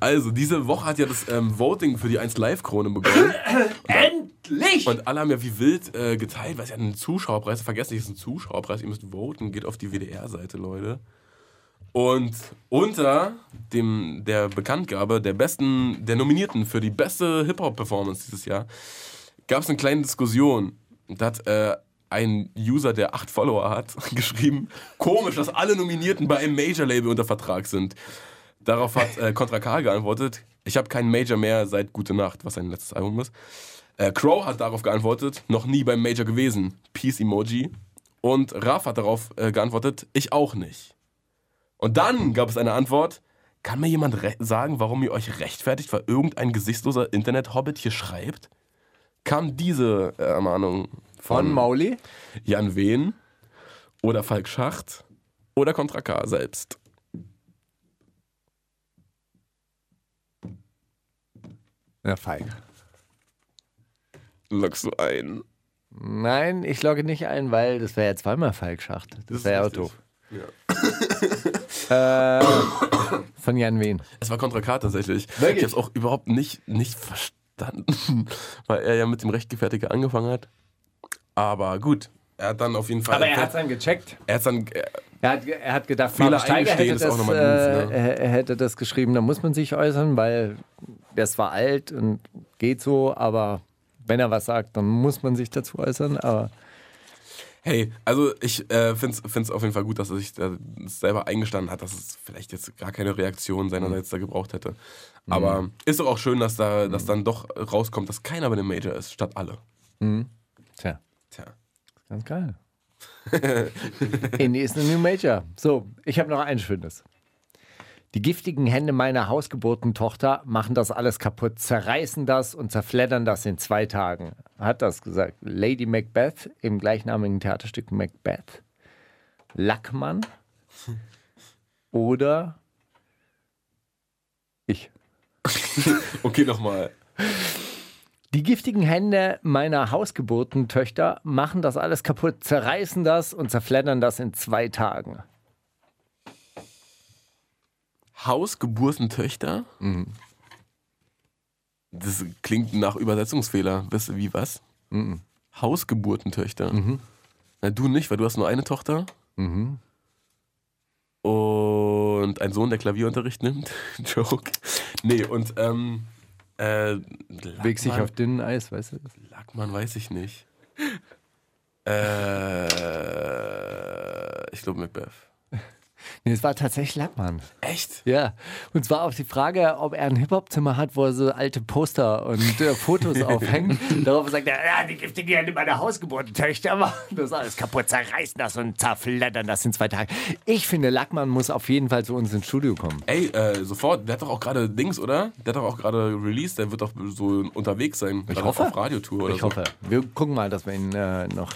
also, diese Woche hat ja das ähm, Voting für die 1Live-Krone begonnen.
Endlich!
Und alle haben ja wie wild äh, geteilt, weil es ja ein Zuschauerpreis ist. Vergesst nicht, es ist ein Zuschauerpreis. Ihr müsst voten. Geht auf die WDR-Seite, Leute. Und unter dem, der Bekanntgabe der besten, der Nominierten für die beste Hip-Hop-Performance dieses Jahr gab es eine kleine Diskussion. Da hat äh, ein User, der acht Follower hat, *laughs* geschrieben: Komisch, dass alle Nominierten bei einem Major-Label unter Vertrag sind. Darauf hat äh, Contra K geantwortet: Ich habe keinen Major mehr seit Gute Nacht, was sein letztes Album ist. Äh, Crow hat darauf geantwortet, noch nie beim Major gewesen. Peace Emoji. Und Raf hat darauf äh, geantwortet, ich auch nicht. Und dann gab es eine Antwort. Kann mir jemand re- sagen, warum ihr euch rechtfertigt, weil irgendein gesichtsloser Internet-Hobbit hier schreibt? Kam diese äh, Ermahnung
Von
von,
Mauli?
Jan Wehn oder Falk Schacht oder Contra K selbst?
Ja, feig.
Lockst du ein?
Nein, ich logge nicht ein, weil das wäre ja zweimal Falkschacht. Das wäre ja auch doof. Äh, von Jan Wehn.
Es war Kontra K tatsächlich.
Wirklich?
Ich habe es auch überhaupt nicht, nicht verstanden, *laughs* weil er ja mit dem Rechtgefertiger angefangen hat. Aber gut, er hat dann auf jeden Fall.
hat's dann gecheckt.
er hat's dann. äh,
Er hat, ge- er hat gedacht,
Fehler
Mark Steiger hätte
eingestehen
das,
ist auch nochmal
äh,
doof, ne?
er- er hätte das geschrieben, da muss man sich äußern, weil das war alt und geht so, aber wenn er was sagt, dann muss man sich dazu äußern. Aber
Hey, also ich äh, finde es auf jeden Fall gut, dass er sich da selber eingestanden hat, dass es vielleicht jetzt gar keine Reaktion seinerseits da gebraucht hätte. Aber ist doch auch schön, dass da dass dann doch rauskommt, dass keiner bei dem Major ist, statt alle.
tja,
Tja.
ganz geil. Indie ist eine New Major. So, ich habe noch ein schönes. Die giftigen Hände meiner hausgeburten Tochter machen das alles kaputt, zerreißen das und zerfleddern das in zwei Tagen. Hat das gesagt Lady Macbeth im gleichnamigen Theaterstück Macbeth, Lackmann oder ich.
Okay, nochmal.
Die giftigen Hände meiner hausgeburten Töchter machen das alles kaputt, zerreißen das und zerfleddern das in zwei Tagen.
Hausgeburtentöchter?
Mhm.
Das klingt nach Übersetzungsfehler. Weißt du, wie was?
Mhm.
Hausgeburtentöchter. Na, du nicht, weil du hast nur eine Tochter.
Mhm.
Und ein Sohn, der Klavierunterricht nimmt. *laughs* Joke. Nee, und ähm. Äh,
Bewegt sich
Lackmann-
auf dünnem Eis, weißt du?
Lackmann weiß ich nicht. äh, ich glaube Macbeth.
Nee, es war tatsächlich Lackmann.
Echt?
Ja. Und zwar auf die Frage, ob er ein Hip-Hop-Zimmer hat, wo er so alte Poster und äh, *laughs* Fotos aufhängt. Darauf sagt er, ja, die giftigen Hände meiner hausgeburten Töchter machen das alles kaputt, zerreißen das und zerfleddern das in zwei Tagen. Ich finde, Lackmann muss auf jeden Fall zu uns ins Studio kommen.
Ey, äh, sofort. Der hat doch auch gerade Dings, oder? Der hat doch auch gerade released. Der wird doch so unterwegs sein. Ich
hoffe.
Auf Radiotour oder
Ich
so.
hoffe. Wir gucken mal, dass wir ihn äh, noch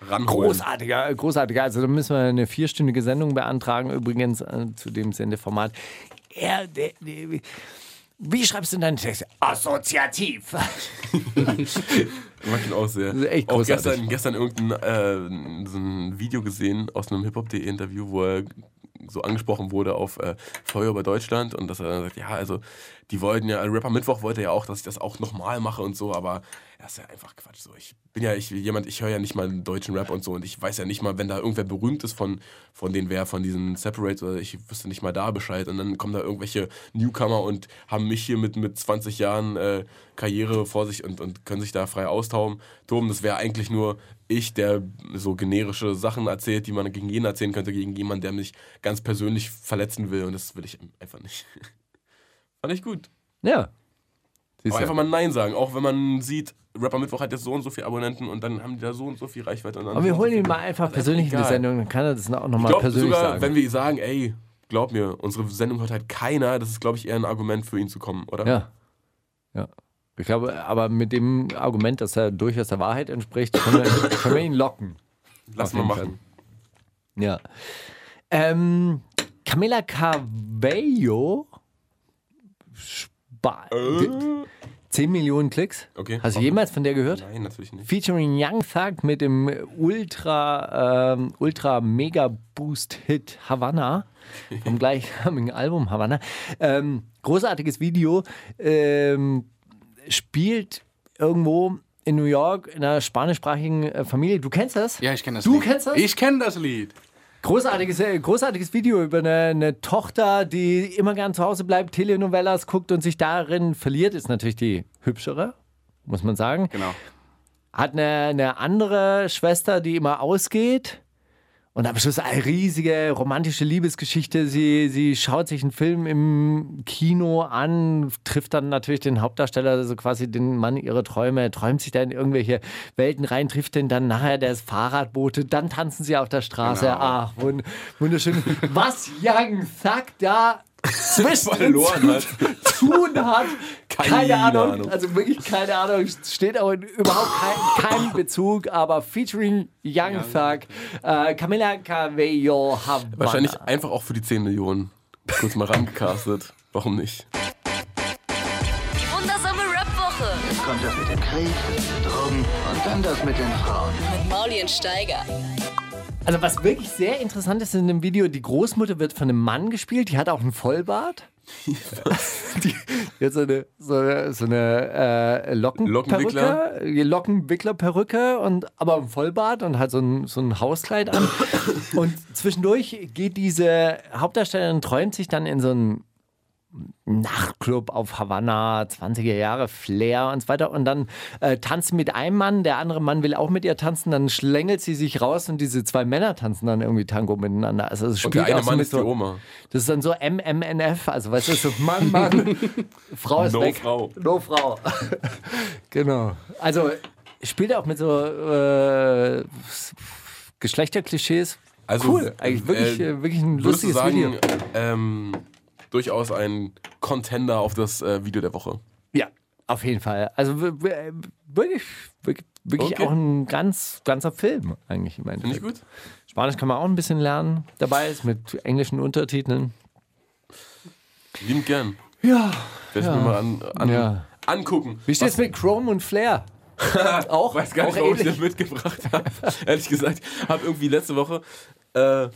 Ranholen.
Großartiger, großartiger. Also da müssen wir eine vierstündige Sendung beantragen, übrigens äh, zu dem Sendeformat. Er, der, der, wie- wie schreibst du denn deinen Text? Assoziativ.
Mag ihn auch sehr.
ist echt
auch
großartig.
gestern, gestern irgendein äh, so ein Video gesehen aus einem hiphop.de Interview, wo er so angesprochen wurde auf äh, Feuer über Deutschland und dass er dann sagt, ja, also die wollten ja, Rapper Mittwoch wollte ja auch, dass ich das auch nochmal mache und so, aber das ist ja einfach Quatsch. So, ich bin ja ich, jemand, ich höre ja nicht mal deutschen Rap und so und ich weiß ja nicht mal, wenn da irgendwer berühmt ist von, von denen wer, von diesen Separates oder ich wüsste nicht mal da Bescheid und dann kommen da irgendwelche Newcomer und haben mich hier mit, mit 20 Jahren äh, Karriere vor sich und, und können sich da frei austoben. Toben, das wäre eigentlich nur ich, der so generische Sachen erzählt, die man gegen jeden erzählen könnte, gegen jemanden, der mich ganz persönlich verletzen will und das will ich einfach nicht. *laughs* Fand ich gut.
Ja. Siehst
Aber
du.
einfach mal Nein sagen, auch wenn man sieht, Rapper Mittwoch hat jetzt so und so viele Abonnenten und dann haben die da so und so viel Reichweite. Und dann
Aber
so
wir
und
holen
so
ihn
viel-
mal einfach
Das ist
persönlich in die
egal.
Sendung, dann kann er das auch
Ich
nochmal
glaube
persönlich
sogar,
sagen.
wenn wir sagen, ey, glaub mir, unsere Sendung hört halt keiner, das ist, glaube ich, eher ein Argument für ihn zu kommen, oder?
ja. ja. Ich glaube, aber mit dem Argument, dass er durchaus der Wahrheit entspricht, können wir, können wir ihn locken.
Lass
Auf jeden
mal machen.
Ja. Ähm, Camila Cabello. Spa 10 Millionen Klicks.
Äh? Okay.
Hast du jemals von der gehört?
Nein,
*laughs*
natürlich nicht.
Featuring Young Thug mit dem Ultra, ähm, Ultra Mega Boost Hit
*laughs*
Havana vom gleichnamigen Album Havana. Ähm, großartiges Video. Ähm, spielt irgendwo in New York in einer spanischsprachigen äh, Familie. Du kennst das?
Ja, ich kenne das
Du
Lied.
kennst das?
Ich kenne das Lied.
Großartiges, äh, großartiges Video über eine, eine Tochter, die immer gern zu Hause bleibt, Telenovelas guckt und sich darin verliert, ist natürlich die hübschere, muss man sagen.
Genau.
Hat eine, eine andere Schwester, die immer ausgeht. Und am Schluss eine riesige romantische Liebesgeschichte. Sie, sie schaut sich einen Film im Kino an, trifft dann natürlich den Hauptdarsteller, also quasi den Mann ihrer Träume, träumt sich da in irgendwelche Welten rein, trifft den dann nachher der ist Fahrradbote, dann tanzen sie auf der Straße.
Genau.
Ach, wund- wunderschön. Was Young Thug da zwischen
Verloren halt. hat.
tun hat. Keine,
Keine
Ahnung.
Ahnung.
Also wirklich keine Ahnung. Steht auch in überhaupt kein,
*laughs*
kein Bezug, aber featuring Young Thug, äh, Camila Cabello Havana.
Wahrscheinlich einfach auch für die 10 Millionen. Kurz mal rangecastet. Warum nicht?
Die wundersame
kommt das mit dem Krieg, Drogen und dann das mit den Frauen.
Mit Maulien Steiger.
Also was wirklich sehr interessant ist in dem Video, die Großmutter wird von einem Mann gespielt, die hat auch einen Vollbart. die, die hat so eine, so eine, so eine äh,
Lockenwickler?
Lockenperücke, die Lockenwicklerperücke und aber ein Vollbart und hat so ein, so ein Hauskleid an. und zwischendurch geht diese Hauptdarstellerin träumt sich dann in so einen Nachtclub auf Havanna, 20er Jahre, Flair und so weiter. Und dann äh, tanzt sie mit einem Mann, der andere Mann will auch mit ihr tanzen, dann schlängelt sie sich raus und diese zwei Männer tanzen dann irgendwie Tango miteinander. Also es
Und der
spielt
eine
auch so
Mann
mit
ist die
so,
Oma.
Das ist dann so MMNF, also weißt du,
*laughs*
so Mann, Mann, Frau ist
No
weg.
Frau.
No Frau. *laughs* genau. Also spielt auch mit so äh, Geschlechterklischees.
Also,
cool, eigentlich wirklich,
äh,
äh, wirklich ein
Würdest du
lustiges Video.
sagen, ähm, durchaus ein Contender auf das äh, Video der Woche.
Ja, auf jeden Fall. Also w- w- wirklich, wirklich, wirklich
Okay.
auch ein ganz, ganzer Film eigentlich im
Finde ich
Endeffekt.
gut?
Spanisch kann man auch ein bisschen lernen. Dabei ist mit englischen Untertiteln.
Liebend gern.
Ja.
Werde ich mir mal an, an,
Ja.
angucken.
Wie steht's mit Chrome und
*laughs*
Flair? auch,
weiß gar
auch
nicht, warum ich
ähnlich.
das mitgebracht habe. *laughs* Ehrlich gesagt, habe irgendwie letzte Woche äh,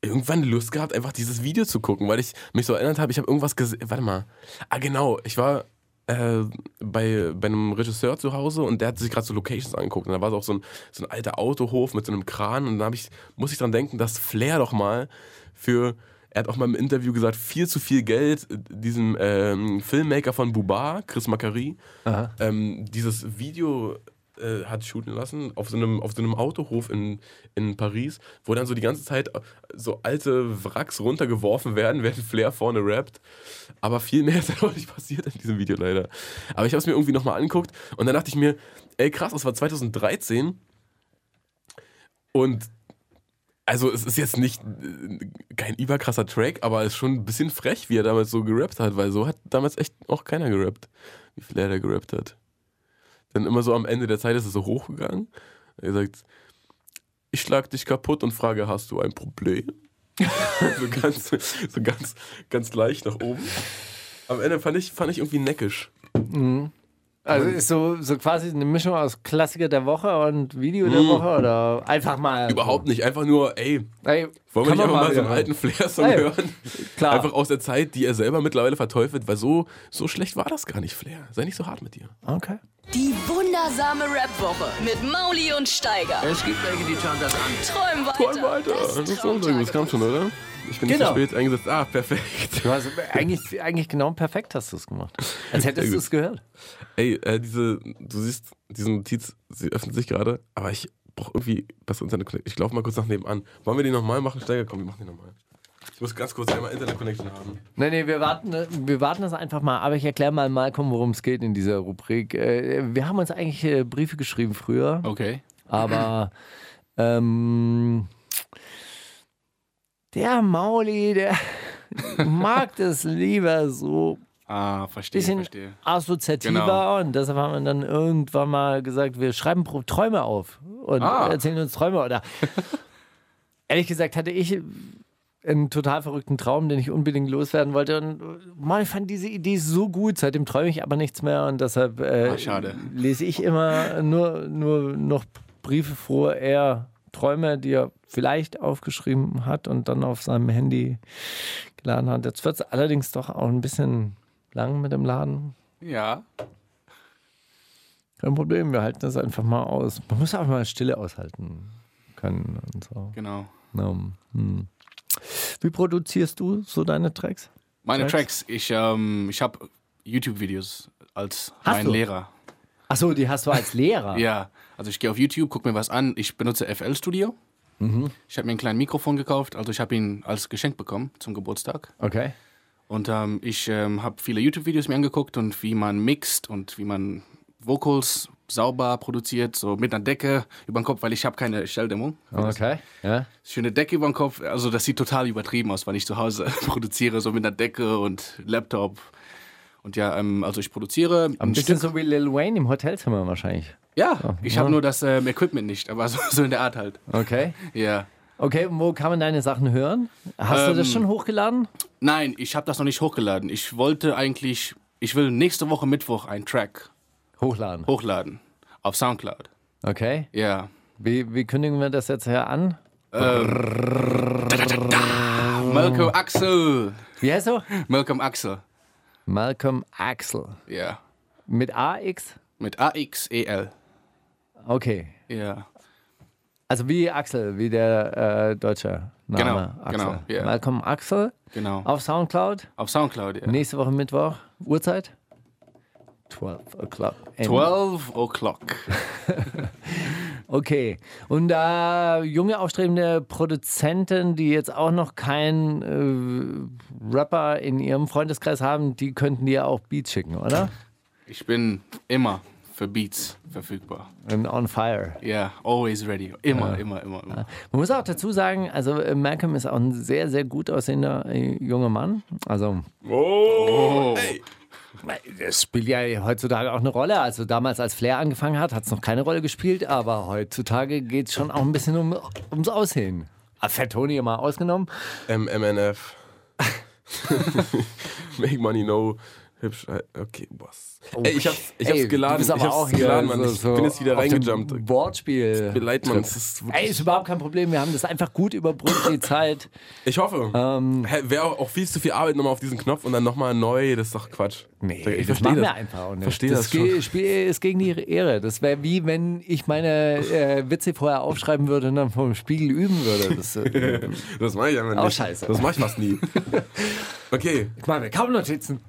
irgendwann Lust gehabt, einfach dieses Video zu gucken, weil ich mich so erinnert habe, ich habe irgendwas gesehen. Warte mal. Ah, genau. Ich war äh, bei, bei einem Regisseur zu Hause und der hat sich gerade so Locations angeguckt. Und da war so auch so ein, so ein alter Autohof mit so einem Kran. Und da hab ich, muss ich dran denken, dass Flair doch mal für. Er hat auch mal im Interview gesagt, viel zu viel Geld äh, diesem ähm, Filmmaker von Bubar, Chris Macari, ähm, dieses Video äh, hat shooten lassen auf so einem, auf so einem Autohof in, in Paris, wo dann so die ganze Zeit äh, so alte Wracks runtergeworfen werden, *laughs* während Flair vorne rappt. Aber viel mehr *laughs* ist dann auch nicht passiert in diesem Video leider. Aber ich habe es mir irgendwie nochmal angeguckt und dann dachte ich mir, ey krass, das war 2013 und also es ist jetzt nicht äh, kein überkrasser Track, aber es ist schon ein bisschen frech, wie er damals so gerappt hat, weil so hat damals echt auch keiner gerappt, wie Flair da gerappt hat. Dann immer so am Ende der Zeit ist es so hochgegangen. Er sagt, ich schlag dich kaputt und frage, hast du ein Problem? *laughs* so ganz, so ganz, ganz leicht nach oben. Am Ende fand ich, fand ich irgendwie neckisch.
Also ist so, so quasi eine Mischung aus Klassiker der Woche und Video der Woche oder einfach mal.
Mhm. Überhaupt nicht, einfach nur, ey,
Ey,
wollen wir
kann
nicht
man
einfach mal so einen
wieder.
alten Flair-Song
Ey,
hören?
Klar.
Einfach aus der Zeit, die er selber mittlerweile verteufelt, weil so, so schlecht war das gar nicht, Flair. Sei nicht so hart mit dir.
okay.
Die wundersame Rap-Woche mit Mauli und Steiger.
Es gibt welche, die schauen das an.
Träum weiter.
Träum weiter. Das, ist auch sehr gut. Das kam schon, oder? Ich bin
Genau.
nicht zu spät eingesetzt. Ah, perfekt.
Du hast eigentlich, eigentlich genau perfekt hast du es gemacht. Als hättest
gut.
du es gehört.
Ey, äh, diese, du siehst, diese Notiz, sie öffnet sich gerade, aber ich brauche irgendwie bessere Internet-Connection. Ich laufe mal kurz nach nebenan. Wollen wir die nochmal machen? Steiger, komm, wir machen die nochmal. Ich muss ganz kurz einmal Internet-Connection haben.
Nee, nee, wir warten, wir warten das einfach mal. Aber ich erkläre mal Malcolm, worum es geht in dieser Rubrik. Äh, Wir haben uns eigentlich äh, Briefe geschrieben früher,
Okay.
aber ähm, der Mauli, der *laughs* mag das lieber so
Ah, verstehe,
bisschen
verstehe.
assoziativer
Genau.
und deshalb haben wir dann irgendwann mal gesagt, wir schreiben Pro- Träume auf und
Ah.
erzählen uns Träume
*laughs*
oder ehrlich gesagt hatte ich einen total verrückten Traum, den ich unbedingt loswerden wollte und man fand diese Idee so gut, seitdem träume ich aber nichts mehr und deshalb äh,
Ah, schade.
lese ich immer nur, nur noch Briefe vor, eher Träume, die er vielleicht aufgeschrieben hat und dann auf seinem Handy geladen hat. Jetzt wird es allerdings doch auch ein bisschen lang mit dem Laden.
Ja.
Kein Problem, wir halten das einfach mal aus. Man muss auch mal Stille aushalten können und so.
Genau.
Na, hm. Wie produzierst du so deine Tracks?
Meine
Tracks?
Tracks, ich, ähm, ich habe YouTube-Videos als
Hast
mein
du? Ah.
Lehrer.
Achso, die hast du als Lehrer.
Ja, also ich gehe auf YouTube, gucke mir was an. Ich benutze FL Studio.
Mhm.
Ich habe mir ein kleines Mikrofon gekauft, also ich habe ihn als Geschenk bekommen zum Geburtstag.
Okay.
Und ähm, ich ähm, habe viele YouTube-Videos mir angeguckt und wie man mixt und wie man Vocals sauber produziert, so mit einer Decke über dem Kopf, weil ich habe keine Stelldämmung.
Okay. Ja.
Schöne Decke über dem Kopf, also das sieht total übertrieben aus, wenn ich zu Hause *laughs* produziere, so mit einer Decke und Laptop. Und ja, ähm, also ich produziere
Ein
ein
bisschen
Stück. Ah,
so wie Lil Wayne im Hotelzimmer wahrscheinlich.
Ja, ich habe nur das ähm, Equipment nicht, aber *laughs* so, so in der Art halt.
Okay.
Ja.
Okay, und wo kann man deine Sachen hören? Hast du das
Ähm,
schon hochgeladen?
Nein, ich habe das noch nicht hochgeladen. Ich wollte eigentlich, ich will nächste Woche Mittwoch einen Track
Hochladen.
Hochladen. Auf Soundcloud.
Okay.
Ja. *laughs*
Wie, wie kündigen wir das jetzt her an?
Malcolm Axel.
Wie heißt er?
Malcolm Axel.
Malcolm Axel.
Ja.
Mit AX?
Mit A-X-E-L.
Okay.
Ja.
Also wie Axel, wie der äh, deutsche Name.
Genau,
Axel.
genau, ja.
Malcolm Axel
Genau.
auf Soundcloud.
Auf Soundcloud, ja.
Nächste Woche Mittwoch. Uhrzeit? 12 o'clock.
12 o'clock.
Okay. Und da junge, aufstrebende Produzenten, die jetzt auch noch keinen äh, Rapper in ihrem Freundeskreis haben, die könnten dir auch Beats schicken, oder?
Ich bin immer für Beats verfügbar.
Und on fire.
Ja, always ready. Immer, immer, immer, immer.
Man muss auch dazu sagen, also äh, Malcolm ist auch ein sehr, sehr gut aussehender äh, junger Mann. Also
Oh,
das spielt ja heutzutage auch eine Rolle. Also damals, als Flair angefangen hat, hat es noch keine Rolle gespielt, aber heutzutage geht es schon auch ein bisschen um, ums Aussehen. Ah, Fat Tony mal ausgenommen.
MMNF. *laughs* Make money, no. Hübsch. äh, Okay, was? Ey, ich hab's, ich
Oh,
hab's
Ey,
geladen.
Du bist aber
ich hab's
auch
geladen,
hier
Mann.
so,
ich
so
bin jetzt wieder
auf dem
reingejumpt.
Wortspiel.
Leid, Mann. Es ist
Ey,
wirklich,
ist überhaupt kein Problem. Wir haben das einfach gut überbrückt, die Zeit.
ich hoffe.
Ähm.
Hä, Wäre auch, auch viel zu viel Arbeit nochmal auf diesen Knopf und dann nochmal neu. Das ist doch Quatsch.
Nee,
ich
das
verstehe
machen
das.
wir einfach auch nicht.
Verstehe
das
das schon.
Ge- Spiel ist gegen ihre Ehre. Das wäre wie, wenn ich meine äh, Witze vorher aufschreiben würde und dann vom Spiegel üben würde. Das,
*laughs*
äh,
Das mache ich einfach nicht.
Auch scheiße.
Das mache ich
*laughs*
fast nie. Okay,
ich mache mir kaum Notizen.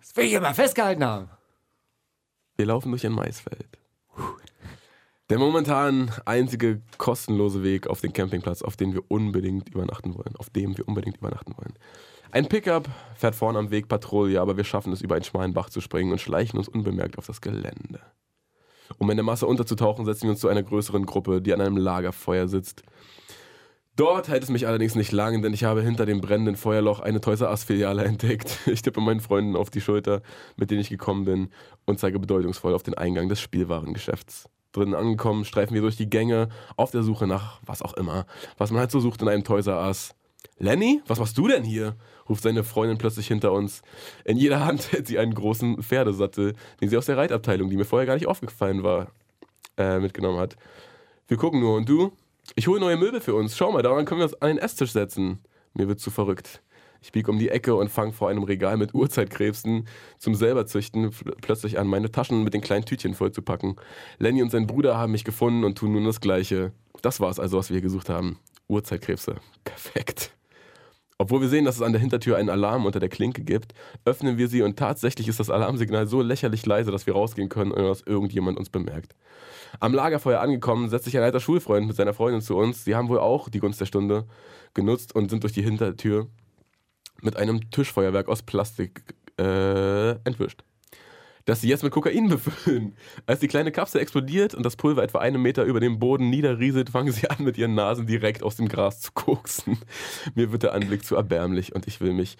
Das will ich immer festgehalten haben.
wir laufen durch ein Maisfeld. Der momentan einzige kostenlose Weg auf den Campingplatz, auf den wir unbedingt übernachten wollen. Auf dem wir unbedingt übernachten wollen. Ein Pickup fährt vorne am Weg Patrouille, aber wir schaffen es, über einen schmalen Bach zu springen und schleichen uns unbemerkt auf das Gelände. Um in der Masse unterzutauchen, setzen wir uns zu einer größeren Gruppe, die an einem Lagerfeuer sitzt. Dort hält es mich allerdings nicht lange, denn ich habe hinter dem brennenden Feuerloch eine Toys R Us Filiale entdeckt. *laughs* Ich tippe meinen Freunden auf die Schulter, mit denen ich gekommen bin, und zeige bedeutungsvoll auf den Eingang des Spielwarengeschäfts. Drinnen angekommen, streifen wir durch die Gänge auf der Suche nach was auch immer, was man halt so sucht in einem Toys R Us. Lenny, was machst du denn hier? ruft seine Freundin plötzlich hinter uns. In jeder Hand *laughs* hält sie einen großen Pferdesattel, den sie aus der Reitabteilung, die mir vorher gar nicht aufgefallen war, äh, mitgenommen hat. Wir gucken nur. Und du? Ich hole neue Möbel für uns. Schau mal, daran können wir uns an den Esstisch setzen. Mir wird zu verrückt. Ich biege um die Ecke und fange vor einem Regal mit Uhrzeitkrebsen zum selberzüchten pl- plötzlich an, meine Taschen mit den kleinen Tütchen vollzupacken. Lenny und sein Bruder haben mich gefunden und tun nun das Gleiche. Das war es also, was wir gesucht haben. Uhrzeitkrebse. Perfekt. Obwohl wir sehen, dass es an der Hintertür einen Alarm unter der Klinke gibt, öffnen wir sie und tatsächlich ist das Alarmsignal so lächerlich leise, dass wir rausgehen können, ohne dass irgendjemand uns bemerkt. Am Lagerfeuer angekommen, setzt sich ein alter Schulfreund mit seiner Freundin zu uns. Sie haben wohl auch die Gunst der Stunde genutzt und sind durch die Hintertür mit einem Tischfeuerwerk aus Plastik äh, entwischt. Das sie jetzt mit Kokain *laughs* befüllen. Als die kleine Kapsel explodiert und das Pulver etwa einen Meter über dem Boden niederrieselt, fangen sie an, mit ihren Nasen direkt aus dem Gras zu koksen. Mir wird der Anblick zu erbärmlich und ich will mich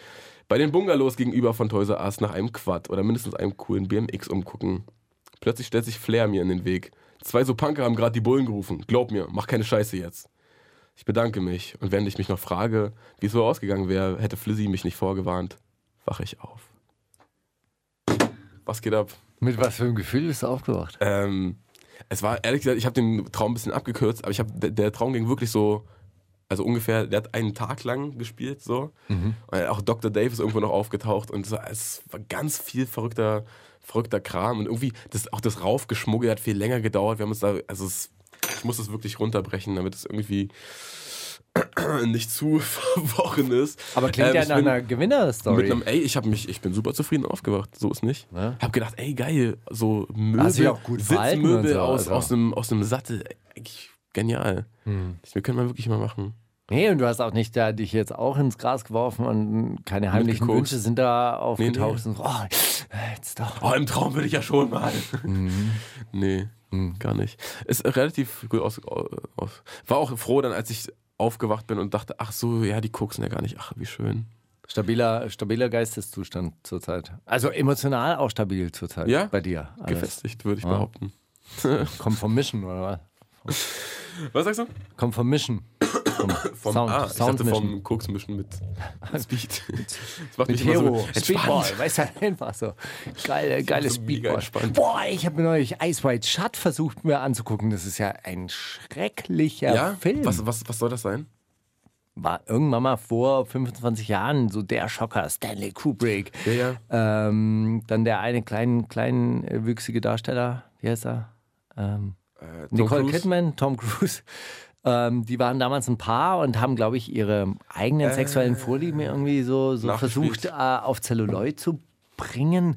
bei den Bungalows gegenüber von Toys R Us nach einem Quad oder mindestens einem coolen BMX umgucken. Plötzlich stellt sich Flair mir in den Weg. Zwei so Punker haben gerade die Bullen gerufen. Glaub mir, mach keine Scheiße jetzt. Ich bedanke mich und während ich mich noch frage, wie es so ausgegangen wäre, hätte Flizzy mich nicht vorgewarnt, wache ich auf. Was geht ab?
Mit was für einem Gefühl bist du aufgewacht?
Ähm, es war ehrlich gesagt, ich habe den Traum ein bisschen abgekürzt, aber ich habe der, der Traum ging wirklich so, also ungefähr, der hat einen Tag lang gespielt so.
Mhm.
Und auch Dr. Dave ist irgendwo noch aufgetaucht und so, es war ganz viel verrückter, verrückter Kram und irgendwie das, auch das raufgeschmuggelt hat viel länger gedauert. Wir haben uns da, also es, ich muss das wirklich runterbrechen, damit es irgendwie *clears throat* nicht zu *laughs* verworren ist.
Aber klingt
Ähm,
ja
ich
nach
bin-
einer Gewinnerstory.
mit einem, ey, ich habe mich, ich bin super zufrieden aufgewacht, so ist nicht.
Ne?
Hab gedacht, ey, geil, so Möbel,
Hast du ja auch gut verhalten und
Sitzmöbel
so,
aus,
also.
aus, einem, aus einem Sattel, ey, eigentlich genial.
Hm.
Das können wir wirklich mal machen.
Nee, und du hast auch nicht da dich jetzt auch ins Gras geworfen und keine heimlichen
Mitgeguckt.
Wünsche sind da aufgetaucht.
Nee,
Und so, oh, jetzt doch.
Oh, im Traum will ich ja schon mal.
Mhm.
*laughs* Nee,
Hm.
gar nicht. Ist relativ gut aus, aus. War auch froh dann, als ich aufgewacht bin und dachte, ach so, ja, die koksen ja gar nicht, ach, wie schön.
Stabiler, stabiler Geisteszustand zurzeit. Also emotional auch stabil zurzeit
Ja?
bei dir. alles.
Gefestigt, würde ich behaupten.
Kommt vom Mischen, oder was?
Was sagst du?
Kommt vom Mischen. Vom
Vom,
Sound,
ah, ich
Sound
hatte
Mission.
vom Koks mischen mit *laughs* Speed. Das
*laughs*
macht
Mit
mich immer
Hero,
so entspannt.
Speedball, weißt du, einfach so. Geile, geile
so mega
Speedball.
entspannt.
Boah, ich habe mir neulich Ice White Shut versucht mir anzugucken. Das ist ja ein schrecklicher
Ja?
Film.
Was, was, was soll das sein?
War irgendwann mal vor 25 Jahren so der Schocker, Stanley Kubrick.
Ja, ja.
Ähm, dann der eine kleinen, kleinen äh, wüchsige Darsteller, wie heißt er? Ähm,
Äh, Tom
Nicole
Cruise?
Kidman, Tom Cruise. *laughs* Ähm, die waren damals ein Paar und haben, glaube ich, ihre eigenen sexuellen Vorlieben irgendwie so, so
Äh, nachgespielt.
versucht äh, auf Zelluloid zu bringen.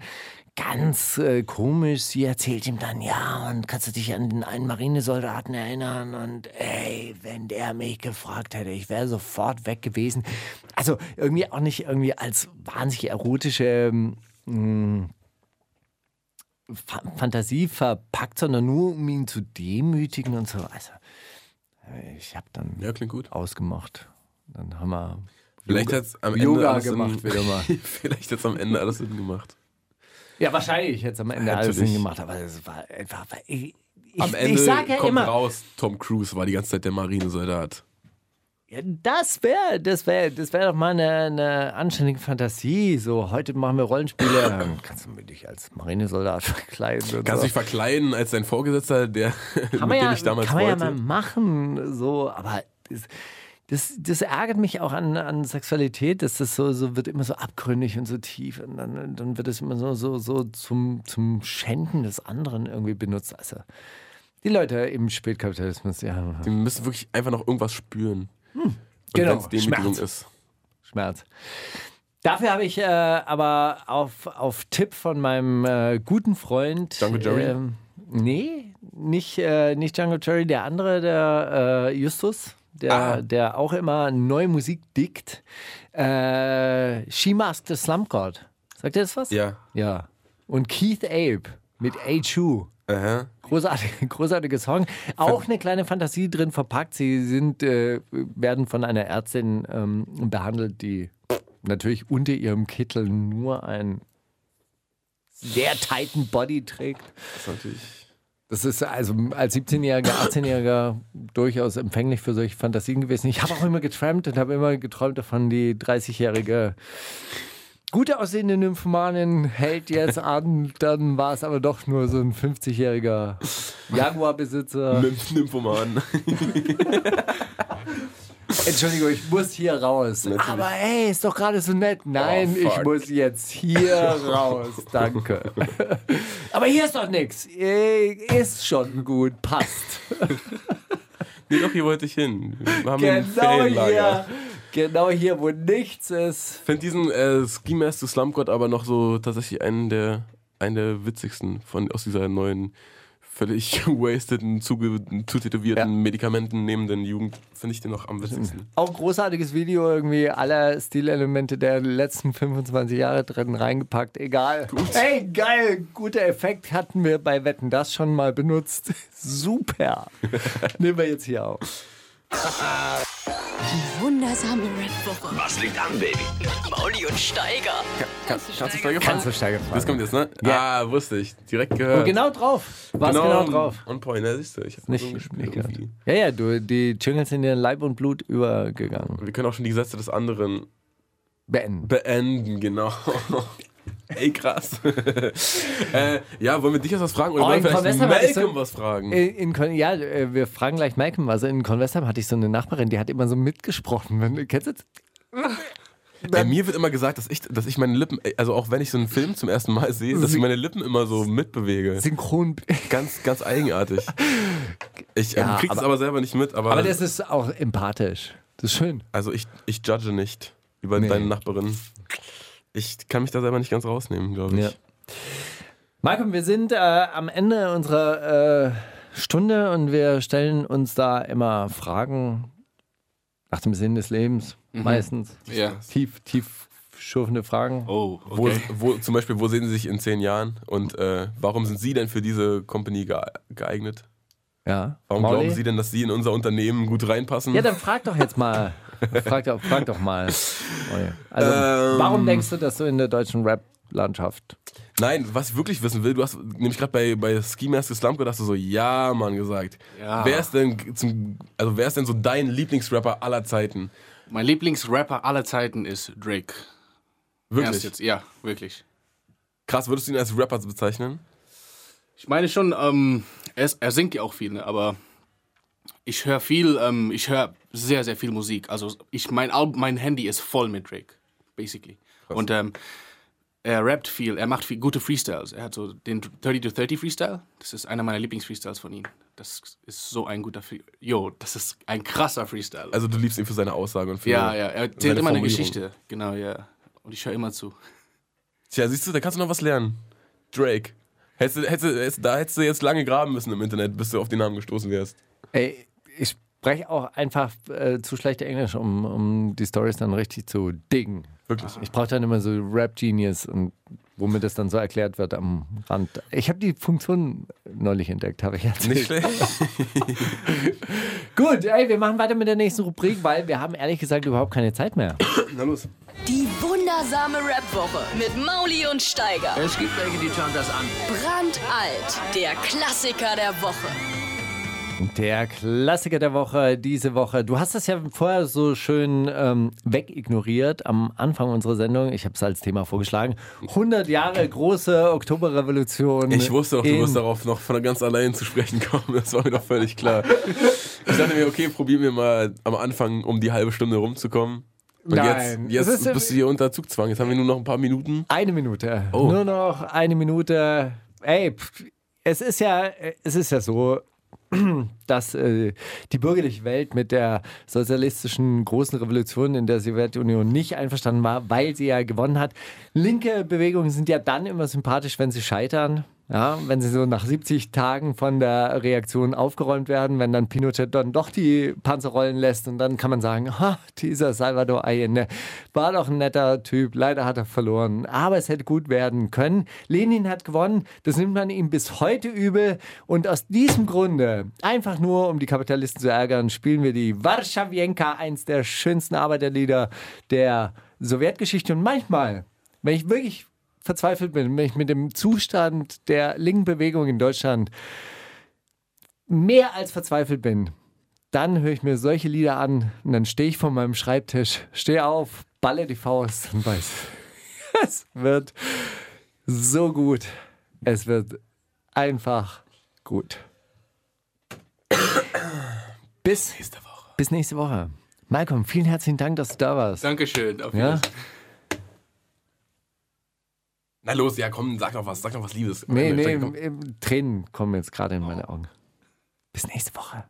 Ganz äh, komisch. Sie erzählt ihm dann, ja, und kannst du dich an den einen Marinesoldaten erinnern? Und ey, wenn der mich gefragt hätte, ich wäre sofort weg gewesen. Also irgendwie auch nicht irgendwie als wahnsinnig erotische ähm, Fa Fantasie verpackt, sondern nur um ihn zu demütigen und so. Also, äh, ich habe dann
Ja, klingt gut.
ausgemacht. Dann haben wir
Vielleicht hat es am Ende
Yoga
alles
gemacht,
Sinn,
wieder mal.
*laughs* Vielleicht hat's am Ende alles Sinn gemacht.
Ja, wahrscheinlich jetzt am Ende alles
Natürlich.
Sinn gemacht, aber es war einfach. weil Ich, ich,
Am Ende
ich sage ja
kommt
immer,
raus, Tom Cruise war die ganze Zeit der Marinesoldat.
ja, das wäre das wär, das wär doch mal eine, eine anständige Fantasie. So, heute machen wir
*coughs*
Rollenspiele. Ähm, Kannst du mich nicht als Marinesoldat verkleiden? und
Kannst
so.
dich verkleiden als dein Vorgesetzter, der *laughs*
kann
mit
man, ja,
dem ich damals
kann man ja
wollte.
mal machen, so, aber das, das, das ärgert mich auch an, an Sexualität, dass das so, so wird immer so abgründig und so tief und dann, dann wird es immer so, so, so zum, zum Schänden des anderen irgendwie benutzt. Also die Leute im Spätkapitalismus, ja,
Die müssen wirklich einfach noch irgendwas spüren.
Genau,
Wenn es Demütigung
Schmerz.
ist.
Schmerz. Dafür habe ich äh, aber auf, auf Tipp von meinem äh, guten Freund.
Django Jerry?
Ähm, nee, nicht, äh, nicht Django Jerry, der andere, der äh, Justus, der,
Ah.
der auch immer neue Musik dickt. Äh, She Masked the Slump God. Sagt ihr das was?
Ja.
Ja. Und Keith Abe mit A2.
Aha.
Großartig, *laughs* großartiger Song. Auch eine kleine Fantasie drin verpackt. Sie sind, äh, werden von einer Ärztin ähm, behandelt, die natürlich unter ihrem Kittel nur einen sehr tighten Body trägt.
Das ist natürlich.
Das ist also als 17-Jähriger, 18-Jähriger durchaus empfänglich für solche Fantasien gewesen. Ich habe auch immer geträumt und habe immer geträumt davon, die 30-jährige gute aussehende Nymphomanin hält jetzt an. Dann war es aber doch nur so ein 50-jähriger Jaguar-Besitzer.
Nymph- Nymphoman. *laughs*
Entschuldigung, ich muss hier raus.
Natürlich.
Aber ey, ist doch gerade so nett. Nein,
Oh,
ich
fuck.
muss jetzt hier
*laughs*
raus. Danke. aber hier ist doch nichts. Ist schon gut, passt.
nee, doch, hier wollte ich hin. Wir haben ein
Genau
Ferienlager.
hier, genau hier, wo nichts ist.
Ich finde diesen äh, Ski Master Slum God aber noch so tatsächlich einen der, einen der witzigsten von, aus dieser neuen, völlig *laughs* wasteden, zuge- zutätowierten,
Ja.
Medikamenten nehmenden Jugend. Finde ich den noch am witzigsten.
Auch ein großartiges Video, irgendwie aller Stilelemente der letzten 25 Jahre drin reingepackt, egal. Hey, geil, guter Effekt hatten wir bei Wetten das schon mal benutzt. *laughs* Super. Nehmen wir jetzt hier auf.
Wundersame Red Woche. Was liegt an, Baby? Mit Mauli und Steiger.
Kannst, kannst du Steiger fahren?
steigen.
Das kommt jetzt, ne?
Ja.
Ah, wusste ich. Direkt gehört.
Und genau drauf. Warst genau, drauf.
On point, ne? Siehst du, ich hab
Nicht,
so gespielt
nicht gehört.
irgendwie.
Ja, ja, du, die Jingles sind dir in Leib und Blut übergegangen.
Wir können auch schon die Gesetze des anderen
Beenden.
beenden, genau. *laughs* Ey, krass. *laughs* äh, ja, wollen wir dich jetzt was fragen? Oder
Oh,
wollen wir
in
vielleicht
Convestheim hatte ich so-
Malcolm was fragen?
In, in, Kon- ja, äh, wir fragen gleich Malcolm. Also in Convestheim hatte ich so eine Nachbarin, die hat immer so mitgesprochen. Wenn, kennst du das?
Ey, mir wird immer gesagt, dass ich, dass ich meine Lippen, ey, also auch wenn ich so einen Film zum ersten Mal sehe, dass ich meine Lippen immer so mitbewege.
Synchron.
Ganz, ganz eigenartig. Ich ähm,
Ja,
krieg's
aber-
aber selber nicht mit, aber,
Aber das ist auch empathisch. Das ist schön.
also ich, ich judge nicht über
Nee.
deine Nachbarin. Ich kann mich da selber nicht ganz rausnehmen, glaube ich.
Ja. Malcolm, wir sind äh, am Ende unserer äh, Stunde und wir stellen uns da immer Fragen nach dem Sinn des Lebens. Meistens.
Ja.
Mhm. Tief, tief schürfende Fragen.
Oh,
Wo,
okay.
wo, zum Beispiel, wo sehen Sie sich in zehn Jahren und äh, warum sind Sie denn für diese Company ge geeignet?
Ja.
Warum
Mauli?
glauben Sie denn, dass Sie in unser Unternehmen gut reinpassen?
Ja, dann frag doch jetzt mal. *laughs* frag, doch, frag doch mal. Mauli. Also,
Ähm.
warum denkst du, dass du in der deutschen Rap Landschaft.
Nein, was ich wirklich wissen will, du hast nämlich gerade bei, bei Ski Mask Slumke, hast du so Ja, Mann gesagt.
Ja.
Wer ist denn zum, also wer ist denn so dein Lieblingsrapper aller Zeiten?
Mein Lieblingsrapper aller Zeiten ist Drake.
Wirklich?
Ernst jetzt? Ja, wirklich.
Krass, würdest du ihn als Rapper bezeichnen?
Ich meine schon, ähm, er, ist, er singt ja auch viel, ne? aber ich höre viel, ähm, ich höre sehr, sehr viel Musik. Also ich, mein, Al- mein Handy ist voll mit Drake, basically. Und ähm, er rappt viel, er macht viel, gute Freestyles. Er hat so den 30 to 30 Freestyle, das ist einer meiner Lieblingsfreestyles von ihm. Das ist so ein guter, Free jo, das ist ein krasser Freestyle.
Also du liebst ihn für seine Aussage und für
ja, ja, er erzählt
seine
immer eine
Formulierung.
Geschichte, genau, ja. Und ich höre immer zu.
Tja, siehst du, da kannst du noch was lernen. Drake. Hättest, du- hättest, du- hättest, da hättest du jetzt lange graben müssen im Internet, bis du auf den Namen gestoßen wärst.
Ey, ich spreche auch einfach äh, zu schlecht Englisch, um, um die Stories dann richtig zu dingen.
Wirklich.
Ich brauche dann immer so Rap-Genius und womit das dann so erklärt wird am Rand. Ich habe die Funktion neulich entdeckt, habe ich erzählt.
Nicht schlecht.
*laughs*
Gut, ey, wir machen weiter mit der nächsten Rubrik, weil wir haben ehrlich gesagt überhaupt keine Zeit mehr.
Na los.
Die wundersame Rap-Woche mit Mauli und Steiger.
Es gibt welche, die schauen das an.
Brandalt, der Klassiker der Woche.
Der Klassiker der Woche diese Woche. Du hast das ja vorher so schön ähm, wegignoriert am Anfang unserer Sendung. Ich habe es als Thema vorgeschlagen. 100 Jahre große Oktoberrevolution.
Ich wusste doch, du
in-
wirst darauf noch von ganz allein zu sprechen kommen. Das war mir doch völlig klar. Ich dachte mir, okay, probieren wir mal am Anfang, um die halbe Stunde rumzukommen. Und
Nein.
jetzt,
Es ist
jetzt
ja-
bist du hier unter Zugzwang. Jetzt haben wir nur noch ein paar Minuten.
Eine Minute.
Oh.
Nur noch eine Minute. Ey, pff, es ist ja, es ist ja so, *clears throat* dass äh, die bürgerliche Welt mit der sozialistischen großen Revolution in der Sowjetunion nicht einverstanden war, weil sie ja gewonnen hat. Linke Bewegungen sind ja dann immer sympathisch, wenn sie scheitern. Ja, wenn sie so nach 70 Tagen von der Reaktion aufgeräumt werden, wenn dann Pinochet dann doch die Panzer rollen lässt und dann kann man sagen, ha, dieser Salvador Allende war doch ein netter Typ, leider hat er verloren, aber es hätte gut werden können. Lenin hat gewonnen, das nimmt man ihm bis heute übel und aus diesem Grunde, einfach nur um die Kapitalisten zu ärgern, spielen wir die Warschawienka, eins der schönsten Arbeiterlieder der Sowjetgeschichte und manchmal, wenn ich wirklich verzweifelt bin, wenn ich mit dem Zustand der linken Bewegung in Deutschland mehr als verzweifelt bin, dann höre ich mir solche Lieder an und dann stehe ich vor meinem Schreibtisch, stehe auf, balle die Faust und weiß, *laughs* es wird so gut. Es wird einfach gut. Bis nächste Woche. Bis nächste Woche. Malcolm, vielen herzlichen Dank, dass du da warst.
Dankeschön. Auf
Ja?
Wiedersehen.
Na los, ja komm, sag doch was, sag doch was Liebes.
Nee, nee,
Komm.
ähm, Tränen kommen jetzt gerade in meine Augen. Bis nächste Woche.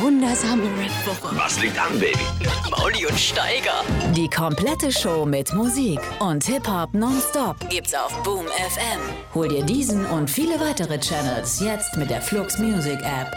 Wundersame Rap.
Was liegt an, Baby?
Mauli und Steiger.
Die komplette Show mit Musik und Hip-Hop nonstop
Gibt's auf
Boom FM. Hol dir diesen und viele weitere Channels jetzt mit der Flux Music App.